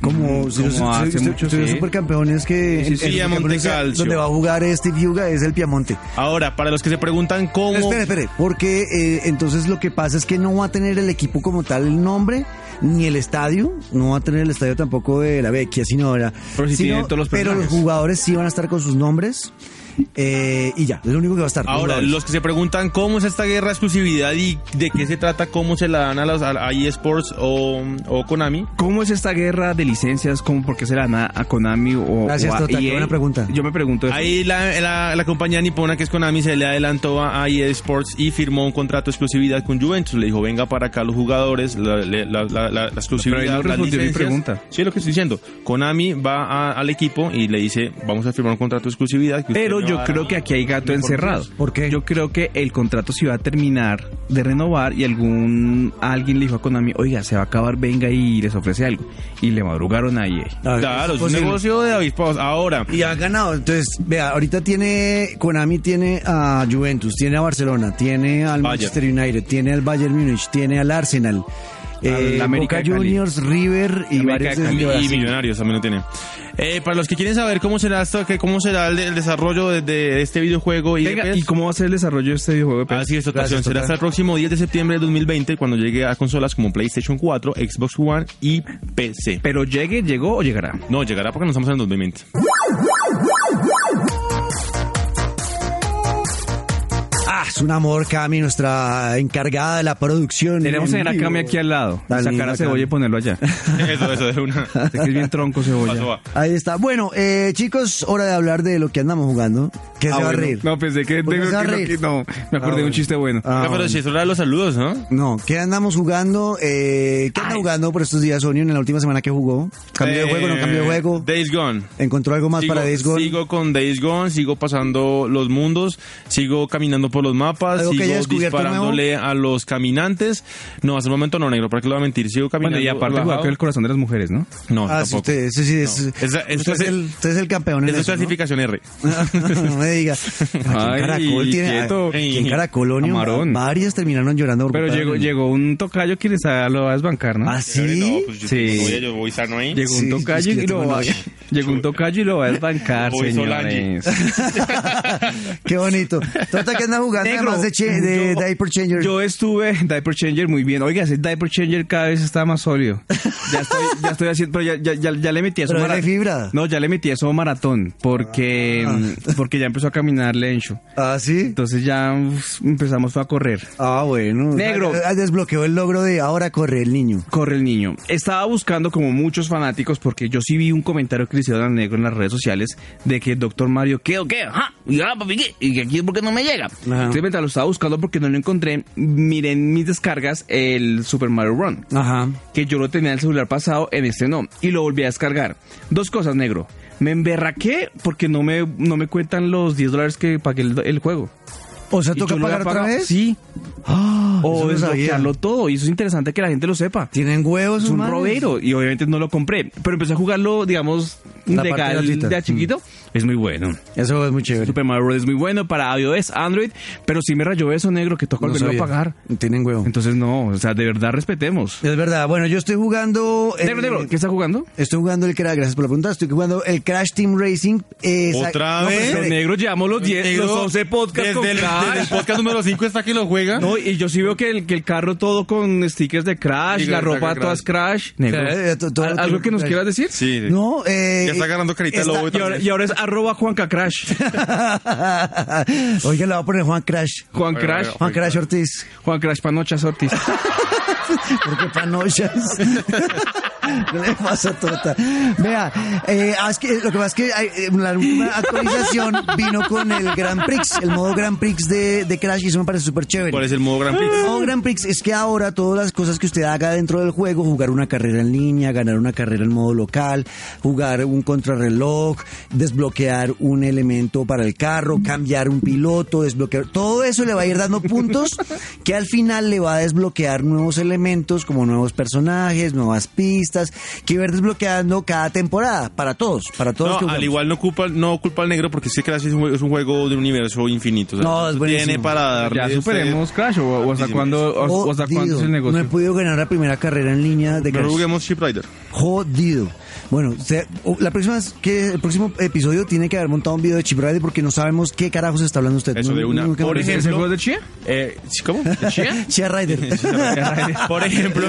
[SPEAKER 2] como,
[SPEAKER 4] Mm,
[SPEAKER 2] si los,
[SPEAKER 4] como
[SPEAKER 2] si-
[SPEAKER 4] hace
[SPEAKER 2] si- si
[SPEAKER 4] mucho,
[SPEAKER 2] los
[SPEAKER 4] sí.
[SPEAKER 2] supercampeones que
[SPEAKER 3] Sí, sí, sí.
[SPEAKER 2] el- el
[SPEAKER 3] Piamonte
[SPEAKER 2] supercampeones que-
[SPEAKER 3] Calcio.
[SPEAKER 2] donde va a jugar Steve Yuga es el Piamonte.
[SPEAKER 3] Ahora, para los que se preguntan cómo...
[SPEAKER 2] Espere, espere, porque eh, entonces lo que pasa es que no va a tener el equipo como tal el nombre, ni el estadio, no va a tener el estadio tampoco de la Vecchia, sino ahora.
[SPEAKER 4] Pero sí tiene todos los
[SPEAKER 2] pero los
[SPEAKER 4] personajes.
[SPEAKER 2] jugadores sí van a estar con sus nombres eh, y ya, es lo único que va a estar. los
[SPEAKER 3] Ahora,
[SPEAKER 2] jugadores.
[SPEAKER 3] los que se preguntan cómo es esta guerra de exclusividad y de qué se trata, cómo se la dan a, los, a EA Sports o, o Konami,
[SPEAKER 4] ¿Cómo es esta guerra de licencias? ¿Cómo, ¿Por qué se la dan a, a Konami o
[SPEAKER 2] Gracias,
[SPEAKER 4] o a
[SPEAKER 2] Tota, qué
[SPEAKER 4] EA?
[SPEAKER 2] buena pregunta.
[SPEAKER 4] Yo me pregunto. eso.
[SPEAKER 3] Ahí la, la- la compañía nipona que es Konami se le adelantó a EA Sports y firmó un contrato de exclusividad con Juventus. Le dijo, venga para acá los jugadores, la, la- la- la- la exclusividad.
[SPEAKER 4] Pero ahí no
[SPEAKER 3] las
[SPEAKER 4] respondió mi
[SPEAKER 3] licencias.
[SPEAKER 4] pregunta.
[SPEAKER 3] Sí, es lo que estoy diciendo. Konami va a- al equipo y le dice, vamos a firmar un contrato de exclusividad. que usted
[SPEAKER 4] Pero
[SPEAKER 3] me va
[SPEAKER 4] yo
[SPEAKER 3] a dar
[SPEAKER 4] creo que aquí hay gato
[SPEAKER 3] mejor
[SPEAKER 4] encerrado.
[SPEAKER 3] precio.
[SPEAKER 2] ¿Por qué?
[SPEAKER 4] Yo creo que el contrato se iba a terminar de renovar y algún alguien le dijo a Konami, oiga, se va a acabar, venga y les ofrece algo. Y le madrugaron a EA.
[SPEAKER 2] A ver,
[SPEAKER 3] Claro, es un
[SPEAKER 2] posible.
[SPEAKER 3] negocio de avispados. Ahora,
[SPEAKER 2] Y ha ganado. Entonces, vea, ahorita tiene. Konami tiene a Juventus, tiene a Barcelona, tiene al
[SPEAKER 3] Bayern.
[SPEAKER 2] Manchester United, tiene al Bayern Múnich, tiene al Arsenal. Eh, Boca
[SPEAKER 4] América de Cali.
[SPEAKER 2] Juniors, River y
[SPEAKER 4] América
[SPEAKER 2] varios
[SPEAKER 4] de
[SPEAKER 2] de
[SPEAKER 4] Cali.
[SPEAKER 3] Y,
[SPEAKER 2] Brasil.
[SPEAKER 3] millonarios también lo tiene. Eh, para los que quieren saber cómo será esto, que cómo será el, el desarrollo de, de este videojuego y de
[SPEAKER 4] Venga,
[SPEAKER 3] PES,
[SPEAKER 4] ¿y cómo va a ser el desarrollo de este videojuego? de PES?
[SPEAKER 3] Así es, Total.
[SPEAKER 2] Gracias, Tota.
[SPEAKER 3] Será
[SPEAKER 2] Total.
[SPEAKER 3] hasta el próximo 10 de septiembre de 2020 cuando llegue a consolas como PlayStation 4, Xbox One y PC.
[SPEAKER 4] Pero llegue, llegó o llegará.
[SPEAKER 3] No, llegará porque no estamos en el 2020.
[SPEAKER 2] Ah, Es un amor, Cami, nuestra encargada de la producción.
[SPEAKER 4] Deberíamos
[SPEAKER 2] en
[SPEAKER 4] tener a
[SPEAKER 2] vivo.
[SPEAKER 4] Cami aquí al lado.
[SPEAKER 2] Tan
[SPEAKER 4] sacar
[SPEAKER 2] linda,
[SPEAKER 4] a Cebolla y
[SPEAKER 2] Cami.
[SPEAKER 4] ponerlo allá.
[SPEAKER 3] Eso, eso, de una.
[SPEAKER 4] Es que es bien tronco
[SPEAKER 3] Pasó
[SPEAKER 4] Cebolla.
[SPEAKER 3] a-
[SPEAKER 2] Ahí está. Bueno, eh, chicos, hora de hablar de lo que andamos jugando. Que se
[SPEAKER 4] Ah,
[SPEAKER 2] va
[SPEAKER 4] bueno.
[SPEAKER 2] a reír.
[SPEAKER 4] No, pensé que...
[SPEAKER 2] ¿Por qué
[SPEAKER 4] digo
[SPEAKER 2] se va a
[SPEAKER 4] que no,
[SPEAKER 2] reír?
[SPEAKER 4] que no. me acordé de
[SPEAKER 2] bueno.
[SPEAKER 4] un chiste bueno.
[SPEAKER 2] Ah,
[SPEAKER 3] no, pero
[SPEAKER 2] bueno.
[SPEAKER 3] si eso era los saludos, ¿no?
[SPEAKER 2] No, ¿qué andamos jugando? Eh, ¿Qué anda jugando por estos días, Onion, en la última semana que jugó? ¿Cambió de juego? ¿No
[SPEAKER 3] Eh,
[SPEAKER 2] cambió de juego?
[SPEAKER 3] Days Gone.
[SPEAKER 2] ¿Encontró algo más
[SPEAKER 3] Sigo-
[SPEAKER 2] para Days Gone?
[SPEAKER 3] Sigo con Days Gone, sigo pasando los mundos, sigo caminando por los mapas,
[SPEAKER 2] ¿Algo que haya
[SPEAKER 3] sigo
[SPEAKER 2] descubierto
[SPEAKER 3] disparándole a los caminantes. No, hasta el momento no, negro, ¿para qué lo voy a mentir? Sigo caminando.
[SPEAKER 4] Bueno, y aparte
[SPEAKER 3] relajado.
[SPEAKER 4] jugaba con el corazón de las mujeres, ¿no?
[SPEAKER 3] No,
[SPEAKER 2] Ah, sí,
[SPEAKER 3] tampoco.
[SPEAKER 2] usted, ese sí es,
[SPEAKER 3] Esa-
[SPEAKER 2] usted
[SPEAKER 3] eso
[SPEAKER 2] es
[SPEAKER 3] es-
[SPEAKER 2] el, usted es el campeón en
[SPEAKER 3] Esa es
[SPEAKER 2] eso, ¿no?
[SPEAKER 3] clasificación R.
[SPEAKER 2] no me diga. Aquí en
[SPEAKER 4] Ay,
[SPEAKER 2] Caracol tiene.
[SPEAKER 4] quieto.
[SPEAKER 2] aquí en Caracol, Onion,
[SPEAKER 4] Camarón.
[SPEAKER 2] varias terminaron llorando. por
[SPEAKER 4] Pero
[SPEAKER 2] culpa de
[SPEAKER 4] llegó,
[SPEAKER 2] Onion.
[SPEAKER 4] llegó un tocayo que les a- lo va a desbancar, ¿no? pues
[SPEAKER 2] ¿Ah, sí?
[SPEAKER 4] yo- Sí. voy a-
[SPEAKER 3] yo voy sano ahí.
[SPEAKER 4] Llegó
[SPEAKER 2] Sí,
[SPEAKER 4] un tocayo
[SPEAKER 2] es que
[SPEAKER 4] y lo
[SPEAKER 2] tengo
[SPEAKER 4] va,
[SPEAKER 2] novia.
[SPEAKER 4] llegó un tocayo y lo va a desbancar,
[SPEAKER 3] Voy
[SPEAKER 4] señores.
[SPEAKER 2] Qué bonito. Tota que anda jugando
[SPEAKER 4] Negro,
[SPEAKER 2] además de, che- de
[SPEAKER 4] yo-
[SPEAKER 2] Diaper Changer.
[SPEAKER 4] Yo estuve en Diaper Changer muy bien. Oiga, ese Diaper Changer cada vez está más sólido. Ya estoy, ya estoy haciendo, pero ya, ya, ya, ya le metí a su
[SPEAKER 2] Pero era
[SPEAKER 4] mara-
[SPEAKER 2] de fibra.
[SPEAKER 4] No, ya le metí a eso maratón porque, porque ya empezó a caminar Lencho.
[SPEAKER 2] ¿Ah, sí?
[SPEAKER 4] Entonces ya uf, empezamos fue a correr.
[SPEAKER 2] Ah, bueno.
[SPEAKER 4] Negro.
[SPEAKER 2] Ah, Desbloqueó el logro de ahora corre el niño.
[SPEAKER 4] Corre el niño. Estaba buscando como muchos fanáticos porque yo sí vi un comentario que le hicieron al negro en las redes sociales de que el doctor Mario, ¿qué o qué? Ajá, y ahora, papi, ¿qué? ¿Y aquí por qué no me llega? Entonces mientras lo estaba buscando porque no lo encontré, miré en mis descargas el Super Mario Run,
[SPEAKER 2] Ajá.
[SPEAKER 4] que yo lo tenía en el celular pasado, en este no, y lo volví a descargar. Dos cosas, negro. Me emberraqué porque no me, no me cuentan los 10 dólares que pagué el, el juego.
[SPEAKER 2] O sea,
[SPEAKER 4] ¿Y
[SPEAKER 2] toca
[SPEAKER 4] yo lo
[SPEAKER 2] pagar
[SPEAKER 4] había
[SPEAKER 2] otra
[SPEAKER 4] pagado?
[SPEAKER 2] vez. Ah,
[SPEAKER 4] Sí. Oh,
[SPEAKER 2] eso
[SPEAKER 4] o
[SPEAKER 2] no sabía.
[SPEAKER 4] desbloquearlo todo. Y eso es interesante que la gente lo sepa.
[SPEAKER 2] Tienen huevos,
[SPEAKER 4] Es un
[SPEAKER 2] humanos?
[SPEAKER 4] robero y obviamente no lo compré, pero empecé a jugarlo, digamos,
[SPEAKER 2] La parte
[SPEAKER 4] legal
[SPEAKER 2] gratuita.
[SPEAKER 4] de a chiquito.
[SPEAKER 2] Mm.
[SPEAKER 4] Es muy bueno.
[SPEAKER 2] Eso es muy chévere.
[SPEAKER 4] Super Mario Bros. es muy bueno para iOS, Android, pero si me rayó eso negro que toca
[SPEAKER 2] No
[SPEAKER 4] volverlo
[SPEAKER 2] sabía.
[SPEAKER 4] a pagar.
[SPEAKER 2] Tienen huevo.
[SPEAKER 4] Entonces no, o sea, de verdad respetemos.
[SPEAKER 2] Es verdad. Bueno, yo estoy jugando. eh,
[SPEAKER 4] Negro, negro, ¿qué está jugando?
[SPEAKER 2] Estoy jugando el Crash, gracias por la pregunta. Estoy jugando el Crash Team Racing. eh, sa-
[SPEAKER 3] ¿Otra
[SPEAKER 2] No, pero
[SPEAKER 3] vez?
[SPEAKER 4] Los
[SPEAKER 2] espere.
[SPEAKER 4] negros llevamos los 10, los 11 podcasts
[SPEAKER 3] desde
[SPEAKER 4] con
[SPEAKER 3] el,
[SPEAKER 4] Crash.
[SPEAKER 3] desde el podcast número 5 está que lo juega.
[SPEAKER 4] No, y yo sí veo que el, que el carro todo con stickers de Crash,
[SPEAKER 3] Digo,
[SPEAKER 4] la
[SPEAKER 3] de
[SPEAKER 4] ropa
[SPEAKER 3] Crash.
[SPEAKER 4] todas Crash. Negro.
[SPEAKER 2] Eh, eh, to- todo
[SPEAKER 4] ¿Al-
[SPEAKER 2] lo
[SPEAKER 4] ¿Algo que nos
[SPEAKER 2] Crash.
[SPEAKER 4] quieras decir?
[SPEAKER 3] Sí.
[SPEAKER 2] No, eh,
[SPEAKER 3] Ya está agarrando carita de
[SPEAKER 2] está-
[SPEAKER 3] lobo
[SPEAKER 4] Y ahora, y ahora es arroba Juanca Crash.
[SPEAKER 2] Oiga, le voy a poner Juan Crash.
[SPEAKER 4] Juan
[SPEAKER 3] Oiga,
[SPEAKER 4] Crash.
[SPEAKER 3] oiga.
[SPEAKER 2] Juan Crash Ortiz.
[SPEAKER 4] Juan Crash Panochas Ortiz.
[SPEAKER 2] Porque panochas. ¿Qué le pasa, Tota? Vea, eh, ah, es que, lo que pasa es que hay, eh, la última actualización vino con el Grand Prix, el modo Grand Prix de, de Crash, y eso me parece súper chévere.
[SPEAKER 3] ¿Cuál es el modo Grand Prix?
[SPEAKER 2] El modo Grand Prix es que ahora todas las cosas que usted haga dentro del juego, jugar una carrera en línea, ganar una carrera en modo local, jugar un contrarreloj, desbloquear un elemento para el carro, cambiar un piloto, desbloquear, todo eso le va a ir dando puntos que al final le va a desbloquear nuevos elementos como nuevos personajes, nuevas pistas, que va a ir desbloqueando cada temporada, para todos, para todos los que
[SPEAKER 3] No,
[SPEAKER 2] jugamos.
[SPEAKER 3] al igual no culpa, no culpa al negro porque sí que Crash es un, jue- es un juego de un universo infinito. o sea,
[SPEAKER 2] No, es buenísimo.
[SPEAKER 3] Tiene para darle.
[SPEAKER 4] ya
[SPEAKER 3] a usted-
[SPEAKER 4] superemos Crash o, o hasta
[SPEAKER 3] Muchísimo.
[SPEAKER 4] cuándo o, o hasta cuándo
[SPEAKER 2] Jodido.
[SPEAKER 4] es el
[SPEAKER 2] Oh, no he
[SPEAKER 4] negocio.
[SPEAKER 2] podido ganar la primera carrera en línea de
[SPEAKER 3] Pero
[SPEAKER 2] Crash.
[SPEAKER 3] juguemos Ship Rider.
[SPEAKER 2] Jodido. Bueno, o sea, o- la próxima vez que el próximo episodio tiene que haber montado un video de Chip Rider porque no sabemos qué carajos está hablando usted.
[SPEAKER 3] Eso
[SPEAKER 2] No-
[SPEAKER 3] de una.
[SPEAKER 2] nunca me
[SPEAKER 3] Por
[SPEAKER 2] parece.
[SPEAKER 3] ejemplo-
[SPEAKER 4] ¿Ese juego de Chia?
[SPEAKER 3] Eh, ¿sí, ¿Cómo? ¿Chia?
[SPEAKER 2] Chia Rider.
[SPEAKER 3] por ejemplo,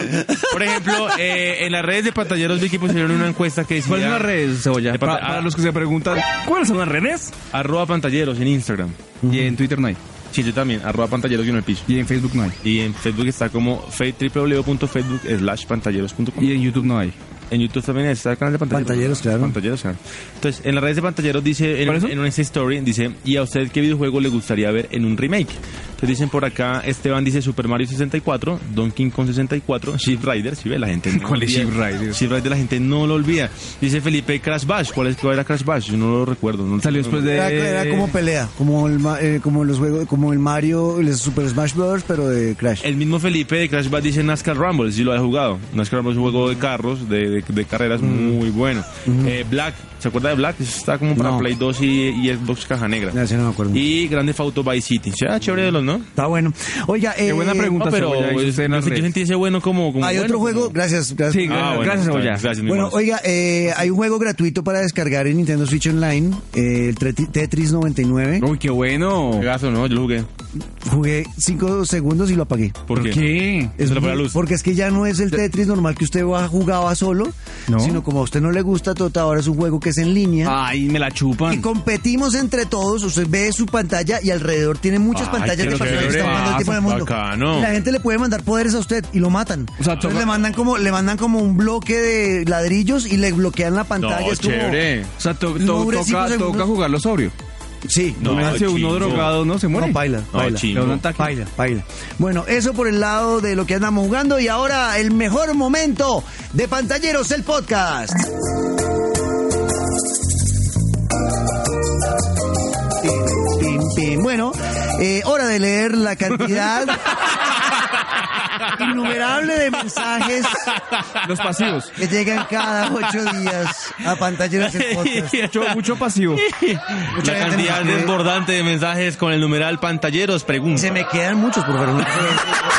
[SPEAKER 3] por ejemplo eh, en las redes de pantalleros vi que pusieron una encuesta que decía
[SPEAKER 4] ¿Cuáles son Pues las redes, Cebolla?
[SPEAKER 3] De ah. pata-
[SPEAKER 4] Pa- para los que se preguntan, ¿cuáles son las redes?
[SPEAKER 3] arroba pantalleros en Instagram.
[SPEAKER 4] Y en Twitter no hay.
[SPEAKER 3] Sí, yo también, arroba pantalleros y en el piso.
[SPEAKER 4] Y en Facebook no hay.
[SPEAKER 3] Y en Facebook está como fe- www.facebook slash pantalleros.com.
[SPEAKER 4] Y en YouTube no hay.
[SPEAKER 3] En YouTube también está el canal de pantalleros.
[SPEAKER 2] Pantalleros, claro.
[SPEAKER 3] Pantalleros, claro. Entonces, en las redes de pantalleros dice, en,
[SPEAKER 4] ¿Cuáles son?
[SPEAKER 3] en una Insta story, dice, ¿y a usted qué videojuego le gustaría ver en un remake? Entonces dicen por acá, Esteban dice Super Mario 64, Donkey Kong 64, Ship Rider, si ve la gente. No
[SPEAKER 4] ¿Cuál es
[SPEAKER 3] olvida.
[SPEAKER 4] Ship Rider?
[SPEAKER 3] Ship Rider la gente no lo olvida. Dice Felipe Crash Bash, ¿cuál es que era Crash Bash? Yo no lo recuerdo. no-
[SPEAKER 4] Salió después de-
[SPEAKER 2] Era, era como pelea, como el, ma- eh, como los juegos, como el Mario, el Super Smash Bros. pero de Crash.
[SPEAKER 3] El mismo Felipe de Crash Bash dice NASCAR Rumble, si lo ha jugado. NASCAR Rumble es un juego de carros, de, de- de carreras
[SPEAKER 2] Mm.
[SPEAKER 3] muy bueno. Eh, Black, ¿se acuerda de Black? Está como para
[SPEAKER 2] No.
[SPEAKER 3] Play 2 y, y Xbox Caja Negra.
[SPEAKER 2] Ya, sí, no me acuerdo.
[SPEAKER 3] Y Grande Auto Vice City. Sea chévere de los, ¿no?
[SPEAKER 2] Está bueno. Oiga, eh,
[SPEAKER 4] buena pregunta.
[SPEAKER 3] No, pero
[SPEAKER 4] Cebolla,
[SPEAKER 3] yo
[SPEAKER 4] dice usted en las
[SPEAKER 3] sentí
[SPEAKER 4] redes.
[SPEAKER 3] ese bueno como... como
[SPEAKER 2] Hay
[SPEAKER 3] bueno, pues,
[SPEAKER 2] otro juego,
[SPEAKER 3] como-
[SPEAKER 2] gracias, gracias.
[SPEAKER 4] Sí,
[SPEAKER 3] Ah, bueno,
[SPEAKER 4] Gracias,
[SPEAKER 3] está
[SPEAKER 4] Cebolla.
[SPEAKER 3] bien, gracias, mi
[SPEAKER 2] Bueno,
[SPEAKER 3] hermano.
[SPEAKER 2] oiga, eh, hay un juego gratuito para descargar en Nintendo Switch Online, eh, el Tret- Tetris 99.
[SPEAKER 4] Uy, qué bueno.
[SPEAKER 3] Juegazo, ¿no? Yo lo jugué.
[SPEAKER 2] Jugué 5 segundos y lo apagué.
[SPEAKER 3] ¿Por, qué?
[SPEAKER 4] qué?
[SPEAKER 3] Se le fue la
[SPEAKER 2] muy-
[SPEAKER 3] luz.
[SPEAKER 2] Porque es que ya no es el Tetris normal que usted va- jugaba solo, jugarlo,
[SPEAKER 3] No. Ah,
[SPEAKER 2] sino como a usted no le gusta Tota, ahora es un juego que es en línea.
[SPEAKER 4] Ay, me la
[SPEAKER 2] Y
[SPEAKER 4] chupan.
[SPEAKER 2] competimos entre todos, usted ve su pantalla y alrededor tiene muchas
[SPEAKER 3] Ay,
[SPEAKER 2] pantallas
[SPEAKER 3] qué
[SPEAKER 2] de personas que
[SPEAKER 3] chévere.
[SPEAKER 2] están jugando al tiempo en el mundo.
[SPEAKER 3] ah, Bacano.
[SPEAKER 2] Y la gente le puede mandar poderes a usted y lo matan.
[SPEAKER 4] O sea,
[SPEAKER 2] Entonces
[SPEAKER 4] toca-
[SPEAKER 2] le mandan como le mandan como un bloque de ladrillos y le bloquean la pantalla.
[SPEAKER 3] No,
[SPEAKER 2] es como-
[SPEAKER 3] chévere.
[SPEAKER 4] O sea, to- to-
[SPEAKER 2] Lubres, cinco
[SPEAKER 4] toca,
[SPEAKER 2] segundos.
[SPEAKER 4] toca jugarlo sobrio.
[SPEAKER 2] Sí,
[SPEAKER 3] No,
[SPEAKER 4] Imagínate
[SPEAKER 3] chingo.
[SPEAKER 4] uno drogado, no se muere.
[SPEAKER 2] No, baila,
[SPEAKER 3] No,
[SPEAKER 2] baila.
[SPEAKER 3] chimbo.
[SPEAKER 4] Le da un ataque.
[SPEAKER 2] Baila, baila. Bueno, eso por el lado de lo que andamos jugando y ahora el mejor momento de Pantalleros, el podcast. Pim, pim, pim. Bueno, eh, hora de leer la cantidad innumerable de mensajes
[SPEAKER 4] Los pasivos.
[SPEAKER 2] que llegan cada ocho días a Pantalleros, el podcast.
[SPEAKER 4] Mucho, mucho pasivo.
[SPEAKER 2] Mucha gente me
[SPEAKER 3] La cantidad
[SPEAKER 2] escribe.
[SPEAKER 3] desbordante de mensajes con el numeral pantalleros pregunta.
[SPEAKER 2] Se me quedan muchos, por favor.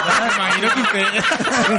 [SPEAKER 3] Me imagino que usted.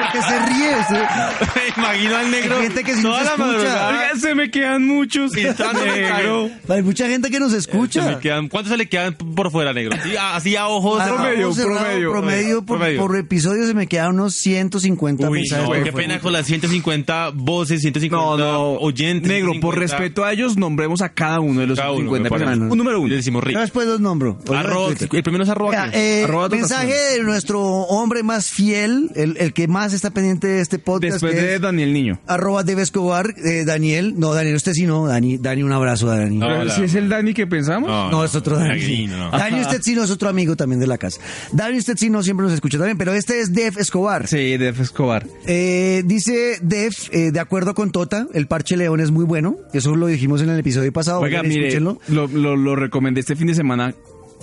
[SPEAKER 2] Porque se ríe. se-
[SPEAKER 3] Me imagino al negro.
[SPEAKER 2] Hay gente que si no
[SPEAKER 3] toda
[SPEAKER 2] se
[SPEAKER 3] la
[SPEAKER 2] escucha.
[SPEAKER 3] madrugada.
[SPEAKER 4] Oiga, se me quedan muchos.
[SPEAKER 3] Pintando el
[SPEAKER 4] Negro.
[SPEAKER 2] Hay mucha gente que nos
[SPEAKER 3] Se me
[SPEAKER 2] escucha.
[SPEAKER 3] quedan- ¿Cuántos se le quedan por fuera, negro? Sí, a- Así a ojos.
[SPEAKER 2] A
[SPEAKER 4] Promedio,
[SPEAKER 2] ojo cerrado,
[SPEAKER 4] promedio,
[SPEAKER 2] promedio, por,
[SPEAKER 3] promedio.
[SPEAKER 2] por episodio se me quedan unos 150
[SPEAKER 3] Uy,
[SPEAKER 2] mensajes.
[SPEAKER 3] no,
[SPEAKER 2] por
[SPEAKER 3] qué
[SPEAKER 2] fuera.
[SPEAKER 3] pena con las 150 voces, 150
[SPEAKER 4] No, no.
[SPEAKER 3] oyentes.
[SPEAKER 4] Negro, por
[SPEAKER 3] 150.
[SPEAKER 4] respeto a ellos, nombremos a cada uno de los
[SPEAKER 3] Cada uno,
[SPEAKER 4] 50
[SPEAKER 3] me parece.
[SPEAKER 4] personas. Un número
[SPEAKER 3] Le
[SPEAKER 4] uno.
[SPEAKER 3] decimos Rick.
[SPEAKER 2] Yo después pues, los nombro. Hoy en
[SPEAKER 3] Arroba-
[SPEAKER 2] Twitter.
[SPEAKER 3] el primero es arroba.
[SPEAKER 2] Vea,
[SPEAKER 3] ¿qué?
[SPEAKER 2] eh,
[SPEAKER 4] Arroba tu
[SPEAKER 2] mensaje de nuestro hombre más fiel, el, el que más está pendiente de este podcast.
[SPEAKER 4] Después
[SPEAKER 2] que
[SPEAKER 4] de
[SPEAKER 2] es
[SPEAKER 4] Daniel Niño.
[SPEAKER 2] Arroba Debe Escobar, eh, Daniel. No, Daniel, usted sí no, Dani. Dani, un abrazo a Dani.
[SPEAKER 3] No,
[SPEAKER 4] Pero
[SPEAKER 3] hola.
[SPEAKER 4] Si es el Dani que pensamos.
[SPEAKER 3] No. Ah,
[SPEAKER 2] No, es otro Dani.
[SPEAKER 3] Aquí, no.
[SPEAKER 2] Dani Ustetsino es otro amigo también de la casa. Dani Ustetsino siempre nos escucha también, pero este es Def Escobar.
[SPEAKER 4] Sí, Def Escobar.
[SPEAKER 2] Eh, dice Def, eh, de acuerdo con Tota, el parche león es muy bueno. Eso lo dijimos en el episodio pasado.
[SPEAKER 4] Oiga,
[SPEAKER 2] vayan,
[SPEAKER 4] mire,
[SPEAKER 2] escúchenlo.
[SPEAKER 4] lo, lo, lo recomendé este fin de semana.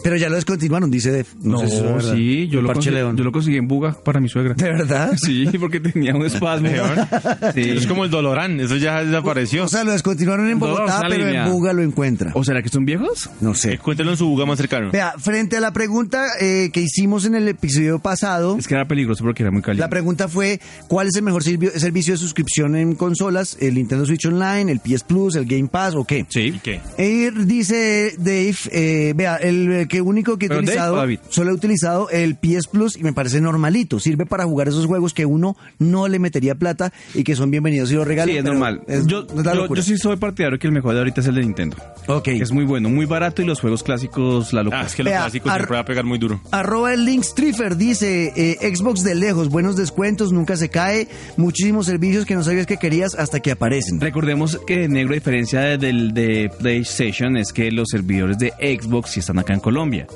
[SPEAKER 2] Pero ya lo descontinuaron, dice Def. No, sé si eso es verdad.
[SPEAKER 4] sí, yo
[SPEAKER 2] El
[SPEAKER 4] lo,
[SPEAKER 2] parche
[SPEAKER 4] conseguí,
[SPEAKER 2] león.
[SPEAKER 4] yo lo conseguí en Buga para mi suegra.
[SPEAKER 2] ¿De verdad?
[SPEAKER 4] Sí, porque tenía un espasmo.
[SPEAKER 3] Es
[SPEAKER 4] Sí.
[SPEAKER 3] como el Dolorán, eso ya desapareció.
[SPEAKER 2] O sea, lo descontinuaron en
[SPEAKER 4] No,
[SPEAKER 2] Bogotá,
[SPEAKER 4] una
[SPEAKER 2] pero
[SPEAKER 4] línea.
[SPEAKER 2] en Buga lo encuentra.
[SPEAKER 4] ¿O Eh. será que son viejos?
[SPEAKER 2] No sé.
[SPEAKER 3] Eh, Cuéntelo en su buga más cercano.
[SPEAKER 2] Vea, frente a la pregunta eh, que hicimos en el episodio pasado,
[SPEAKER 4] Es que era peligroso porque era muy
[SPEAKER 2] La
[SPEAKER 4] caliente.
[SPEAKER 2] pregunta fue, ¿cuál es el mejor sirvio- servicio de suscripción en consolas? ¿El Nintendo Switch Online, el PS Plus, el Game Pass o qué?
[SPEAKER 3] ¿Y
[SPEAKER 4] Sí.
[SPEAKER 3] qué?
[SPEAKER 2] Eh, dice Dave, eh, vea, el eh, que único que he
[SPEAKER 4] ¿Pero Dave
[SPEAKER 2] utilizado,
[SPEAKER 4] o David?
[SPEAKER 2] solo he utilizado el PS Plus y me parece normalito. Sirve para jugar esos juegos que uno no le metería plata y que son bienvenidos y los regalan.
[SPEAKER 4] Sí, es
[SPEAKER 2] pero
[SPEAKER 4] normal.
[SPEAKER 2] es-
[SPEAKER 4] yo,
[SPEAKER 2] no es la
[SPEAKER 4] yo-
[SPEAKER 2] locura.
[SPEAKER 4] yo sí soy partidario que el mejor de ahorita es el de Nintendo.
[SPEAKER 2] Ok.
[SPEAKER 4] Es muy bueno, muy barato y los juegos clásicos, pues, la locura.
[SPEAKER 3] Ah, es que lo
[SPEAKER 2] Vea,
[SPEAKER 3] clásico
[SPEAKER 2] ar-
[SPEAKER 3] siempre va a pegar muy duro.
[SPEAKER 2] Arroba el link Striffer dice eh, Xbox de lejos, buenos descuentos, nunca se cae, muchísimos servicios que no sabías que querías hasta que aparecen.
[SPEAKER 4] Recordemos que negro, a diferencia de- del de PlayStation, es que los servidores de Xbox sí están acá en Colombia.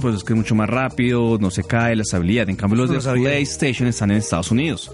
[SPEAKER 4] Pues es que es mucho más rápido, no se cae la estabilidad. En cambio, los
[SPEAKER 2] No
[SPEAKER 4] de
[SPEAKER 2] lo sabía. Oh.
[SPEAKER 4] PlayStation están en Estados Unidos.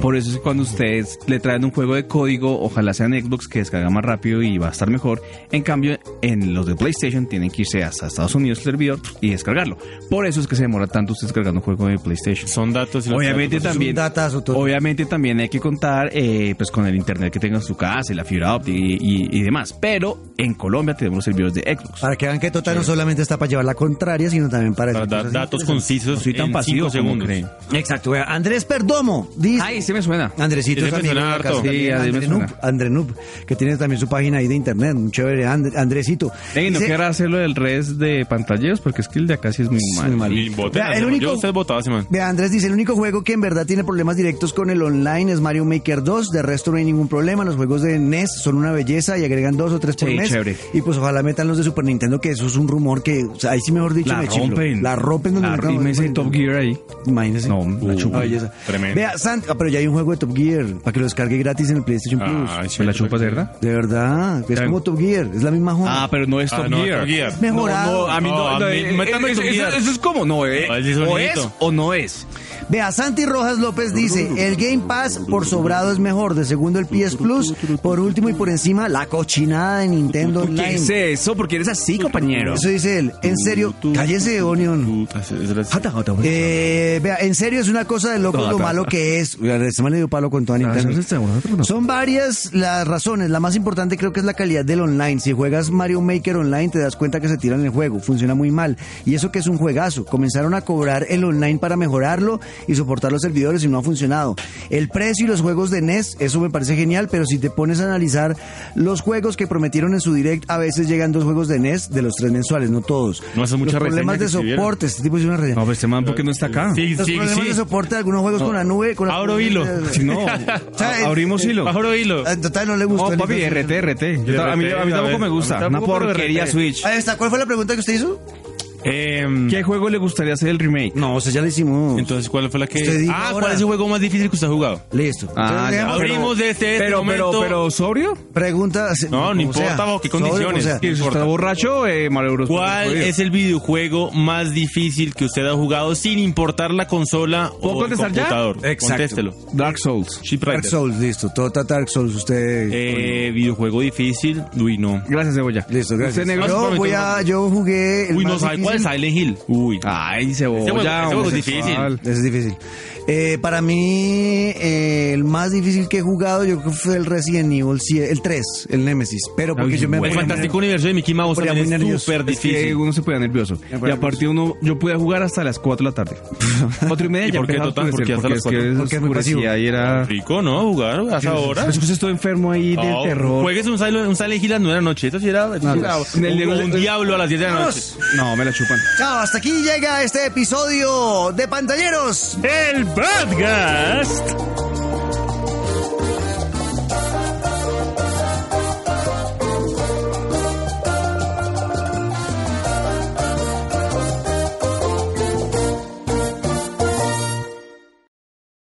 [SPEAKER 4] Por eso es que cuando ustedes le traen un juego de código, ojalá sea en Xbox que descarga más rápido y va a estar mejor. En cambio, en los de PlayStation tienen que irse hasta Estados Unidos el servidor y descargarlo. Por eso es que se demora tanto ustedes cargando un juego de PlayStation.
[SPEAKER 3] Son datos. y los
[SPEAKER 4] Obviamente
[SPEAKER 3] datos.
[SPEAKER 4] también,
[SPEAKER 2] Pues un datazo, Toto.
[SPEAKER 4] obviamente también hay que contar eh, pues con el internet que tenga en su casa y la fibra óptica y, y- y demás. Pero en Colombia tenemos los servidores de Xbox.
[SPEAKER 2] Para que vean que Tota no solamente está para llevar la contraria, sino también para...
[SPEAKER 3] Para
[SPEAKER 2] decir
[SPEAKER 3] dar
[SPEAKER 2] cosas
[SPEAKER 3] datos
[SPEAKER 2] interesantes.
[SPEAKER 3] concisos
[SPEAKER 4] soy tan
[SPEAKER 3] en
[SPEAKER 4] pasivo
[SPEAKER 3] cinco
[SPEAKER 4] como
[SPEAKER 3] segundos.
[SPEAKER 4] creen.
[SPEAKER 2] Exacto, vea, Andrés Perdomo dice...
[SPEAKER 4] Ay, se me suena.
[SPEAKER 2] Andresito
[SPEAKER 3] Ese
[SPEAKER 2] es amigo de
[SPEAKER 3] suena
[SPEAKER 2] la
[SPEAKER 3] harto.
[SPEAKER 2] casa
[SPEAKER 4] Sí,
[SPEAKER 2] también,
[SPEAKER 4] así me
[SPEAKER 2] Andrenub,
[SPEAKER 4] suena.
[SPEAKER 2] Andrenub, que tiene también su página ahí de internet, un chévere And- Andresito.
[SPEAKER 4] Ey, no
[SPEAKER 2] Dice-
[SPEAKER 4] quiero hacerlo del res de pantalleros porque es que el de acá sí es muy malo.
[SPEAKER 2] muy malo.
[SPEAKER 3] Y voten,
[SPEAKER 2] Vea, el
[SPEAKER 3] yo
[SPEAKER 2] único-
[SPEAKER 3] usted votaba ese man.
[SPEAKER 2] Vea, Andrés dice, el único juego que en verdad tiene problemas directos con el online es Mario Maker 2, de resto no hay ningún problema, los juegos de NES son una belleza y agregan dos o tres por
[SPEAKER 4] Sí,
[SPEAKER 2] mes.
[SPEAKER 4] chévere.
[SPEAKER 2] Y pues ojalá metan los de Super Nintendo, que eso es un rumor que, o sea, ahí sí mejor dicho,
[SPEAKER 4] La
[SPEAKER 2] me chiflo.
[SPEAKER 4] rompen.
[SPEAKER 2] La rompen donde
[SPEAKER 4] La-
[SPEAKER 2] metan
[SPEAKER 4] y
[SPEAKER 2] los de
[SPEAKER 4] me dice
[SPEAKER 2] Super
[SPEAKER 4] Top
[SPEAKER 2] Nintendo.
[SPEAKER 4] Gear ahí.
[SPEAKER 2] Imagínese.
[SPEAKER 4] No, la chupa.
[SPEAKER 2] Una belleza.
[SPEAKER 3] Tremendo.
[SPEAKER 2] Vea, Sant- ah, pero ya hay un juego de Top Gear para que lo descargue gratis en el PlayStation Plus.
[SPEAKER 3] Ah, Ay, sí,
[SPEAKER 4] ¿Me la chupas, de verdad?
[SPEAKER 2] De verdad, es
[SPEAKER 4] Ah. Ya.
[SPEAKER 2] como Top Gear, es la misma joda.
[SPEAKER 4] Ah, pero no es
[SPEAKER 3] Ah,
[SPEAKER 4] Top
[SPEAKER 3] no,
[SPEAKER 4] Gear.
[SPEAKER 3] Top Gear.
[SPEAKER 2] Es mejorado.
[SPEAKER 4] No, a mí no.
[SPEAKER 3] No, a
[SPEAKER 4] no,
[SPEAKER 3] mí-
[SPEAKER 4] eh,
[SPEAKER 3] métame
[SPEAKER 4] eh,
[SPEAKER 3] Top
[SPEAKER 4] eso,
[SPEAKER 3] Gear.
[SPEAKER 4] eso- eso es como, no, eh.
[SPEAKER 3] Ah, ese
[SPEAKER 4] O
[SPEAKER 3] sonidito.
[SPEAKER 4] es o no es.
[SPEAKER 2] Vea, Santi Rojas López dice, el Game Pass por sobrado es mejor, de segundo el PS Plus, por último y por encima la cochinada de Nintendo
[SPEAKER 4] ¿Qué
[SPEAKER 2] Online.
[SPEAKER 4] es eso? Porque eres así, compañero.
[SPEAKER 2] Eso dice él, en serio, cállese Onion.
[SPEAKER 3] Puta, ese- ese era-
[SPEAKER 4] Jota, jota, jota.
[SPEAKER 2] Eh, vea, en serio es una cosa de loco
[SPEAKER 4] No,
[SPEAKER 2] lo
[SPEAKER 4] no,
[SPEAKER 2] malo
[SPEAKER 4] no.
[SPEAKER 2] que es. Uy, a Se me le dio palo con toda Nintendo. Son varias las razones. La más importante creo que es la calidad del online. Si juegas Mario Maker online, te das cuenta que se tiran el juego. Funciona muy mal. Y eso que es un juegazo. Comenzaron a cobrar el online para mejorarlo y soportar los servidores y no ha funcionado. El precio y los juegos de NES, eso me parece genial, pero si te pones a E analizar los juegos que prometieron en su direct, a veces llegan dos juegos de NES de los tres mensuales, no todos.
[SPEAKER 3] No haces mucha
[SPEAKER 2] los problemas
[SPEAKER 3] reseña que
[SPEAKER 2] de
[SPEAKER 3] escribieron.
[SPEAKER 2] soporte. Este tipo es una reseña.
[SPEAKER 4] No, pero este man, ¿por qué no está acá?
[SPEAKER 3] Sí,
[SPEAKER 2] los
[SPEAKER 3] sí,
[SPEAKER 2] problemas
[SPEAKER 3] sí.
[SPEAKER 2] de soporte de algunos juegos con la nube. Con la
[SPEAKER 3] Abro hilo.
[SPEAKER 4] Si no,
[SPEAKER 2] sea, es-
[SPEAKER 4] abrimos hilo.
[SPEAKER 3] Pájaro hilo.
[SPEAKER 2] En total no le gustó.
[SPEAKER 4] No,
[SPEAKER 2] el
[SPEAKER 4] papi,
[SPEAKER 2] hilo.
[SPEAKER 4] RT, RT. Yo ta- a, mí, a mí
[SPEAKER 3] RT, a
[SPEAKER 4] tampoco
[SPEAKER 3] ver,
[SPEAKER 4] me
[SPEAKER 3] a
[SPEAKER 4] gusta.
[SPEAKER 3] mí tampoco,
[SPEAKER 4] Una
[SPEAKER 3] pero
[SPEAKER 4] porquería
[SPEAKER 3] RT.
[SPEAKER 4] Switch.
[SPEAKER 2] Ahí está. ¿Cuál fue la pregunta que usted hizo?
[SPEAKER 3] Em,
[SPEAKER 4] ¿Qué juego le gustaría hacer el remake?
[SPEAKER 2] No, o sea, ya le hicimos.
[SPEAKER 3] Entonces, ¿cuál fue la que.?
[SPEAKER 2] Usted diga
[SPEAKER 3] Ah,
[SPEAKER 2] ahora.
[SPEAKER 3] ¿cuál es el juego más difícil que usted ha jugado?
[SPEAKER 2] Listo.
[SPEAKER 4] Ah,
[SPEAKER 2] Entonces,
[SPEAKER 4] ya.
[SPEAKER 2] digamos,
[SPEAKER 3] Abrimos de este, este
[SPEAKER 4] Pero, pero,
[SPEAKER 3] momento.
[SPEAKER 4] pero, ¿sobrio?
[SPEAKER 2] Preguntas.
[SPEAKER 3] No, no
[SPEAKER 2] como
[SPEAKER 3] importa
[SPEAKER 2] sea,
[SPEAKER 3] bajo qué
[SPEAKER 2] sobre, como
[SPEAKER 3] condiciones.
[SPEAKER 2] sea.
[SPEAKER 3] ¿Qué
[SPEAKER 4] ¿Y eso
[SPEAKER 3] importa?
[SPEAKER 4] está borracho? Eh, Mario Bros.
[SPEAKER 3] ¿Cuál es el videojuego más difícil que usted ha jugado sin importar la consola
[SPEAKER 4] ¿Puedo
[SPEAKER 3] o el
[SPEAKER 4] contestar ya?
[SPEAKER 3] computador?
[SPEAKER 2] Exacto.
[SPEAKER 3] Contéstelo.
[SPEAKER 4] Dark Souls.
[SPEAKER 3] Ship
[SPEAKER 2] Dark
[SPEAKER 3] Rider.
[SPEAKER 2] Souls, listo. Tota Dark Souls, usted.
[SPEAKER 3] Eh, videojuego difícil. Uy, no.
[SPEAKER 4] Gracias, Cebolla.
[SPEAKER 2] Listo, gracias.
[SPEAKER 4] Usted negro.
[SPEAKER 2] Yo voy a, yo jugué. El
[SPEAKER 3] Uy, no
[SPEAKER 2] más
[SPEAKER 3] sabe cuál es
[SPEAKER 2] difícil.
[SPEAKER 3] Silent Hill. Uy.
[SPEAKER 4] Ay,
[SPEAKER 3] Ese juego-
[SPEAKER 4] Cebolla.
[SPEAKER 3] ese juego es
[SPEAKER 4] homosexual.
[SPEAKER 2] Ese es difícil. Eh, para mí, eh, el más difícil que he jugado, yo creo que fue el Resident Evil 7, el 3, el Nemesis. Pero porque
[SPEAKER 4] Ay,
[SPEAKER 2] yo me
[SPEAKER 3] el
[SPEAKER 2] ponía-
[SPEAKER 3] fantástico universo de Mickey Mouse
[SPEAKER 2] Ponía
[SPEAKER 3] también
[SPEAKER 2] muy
[SPEAKER 3] es súper
[SPEAKER 4] Es que
[SPEAKER 3] difícil.
[SPEAKER 4] uno se ponía nervioso.
[SPEAKER 2] pues,
[SPEAKER 4] Y a partir de uno, yo podía jugar hasta las 4 de la tarde. 4 y media
[SPEAKER 3] ¿Y
[SPEAKER 4] ya
[SPEAKER 3] por qué,
[SPEAKER 4] empezaba a
[SPEAKER 3] Totán? ¿Por qué hasta las
[SPEAKER 4] oscurecer, porque es que
[SPEAKER 2] cuatro? Porque es muy
[SPEAKER 4] oscurecía
[SPEAKER 2] pasivo.
[SPEAKER 4] y era... Pues
[SPEAKER 3] Rico, ¿no? Jugar a esa hora.
[SPEAKER 4] Es que usted estuvo enfermo ahí del
[SPEAKER 3] No,
[SPEAKER 4] terror.
[SPEAKER 3] Oh. Juegues un Silent, un Silent Hill a las nueve de la noche. Eso sí era. eso sí era-
[SPEAKER 4] pues, en el
[SPEAKER 3] un,
[SPEAKER 4] Diego-
[SPEAKER 3] un diablo a las 10 de la noche.
[SPEAKER 2] ¡Vámonos!
[SPEAKER 4] No, me la chupan.
[SPEAKER 2] Chao, hasta aquí llega este episodio de Pantalleros.
[SPEAKER 3] El podcast.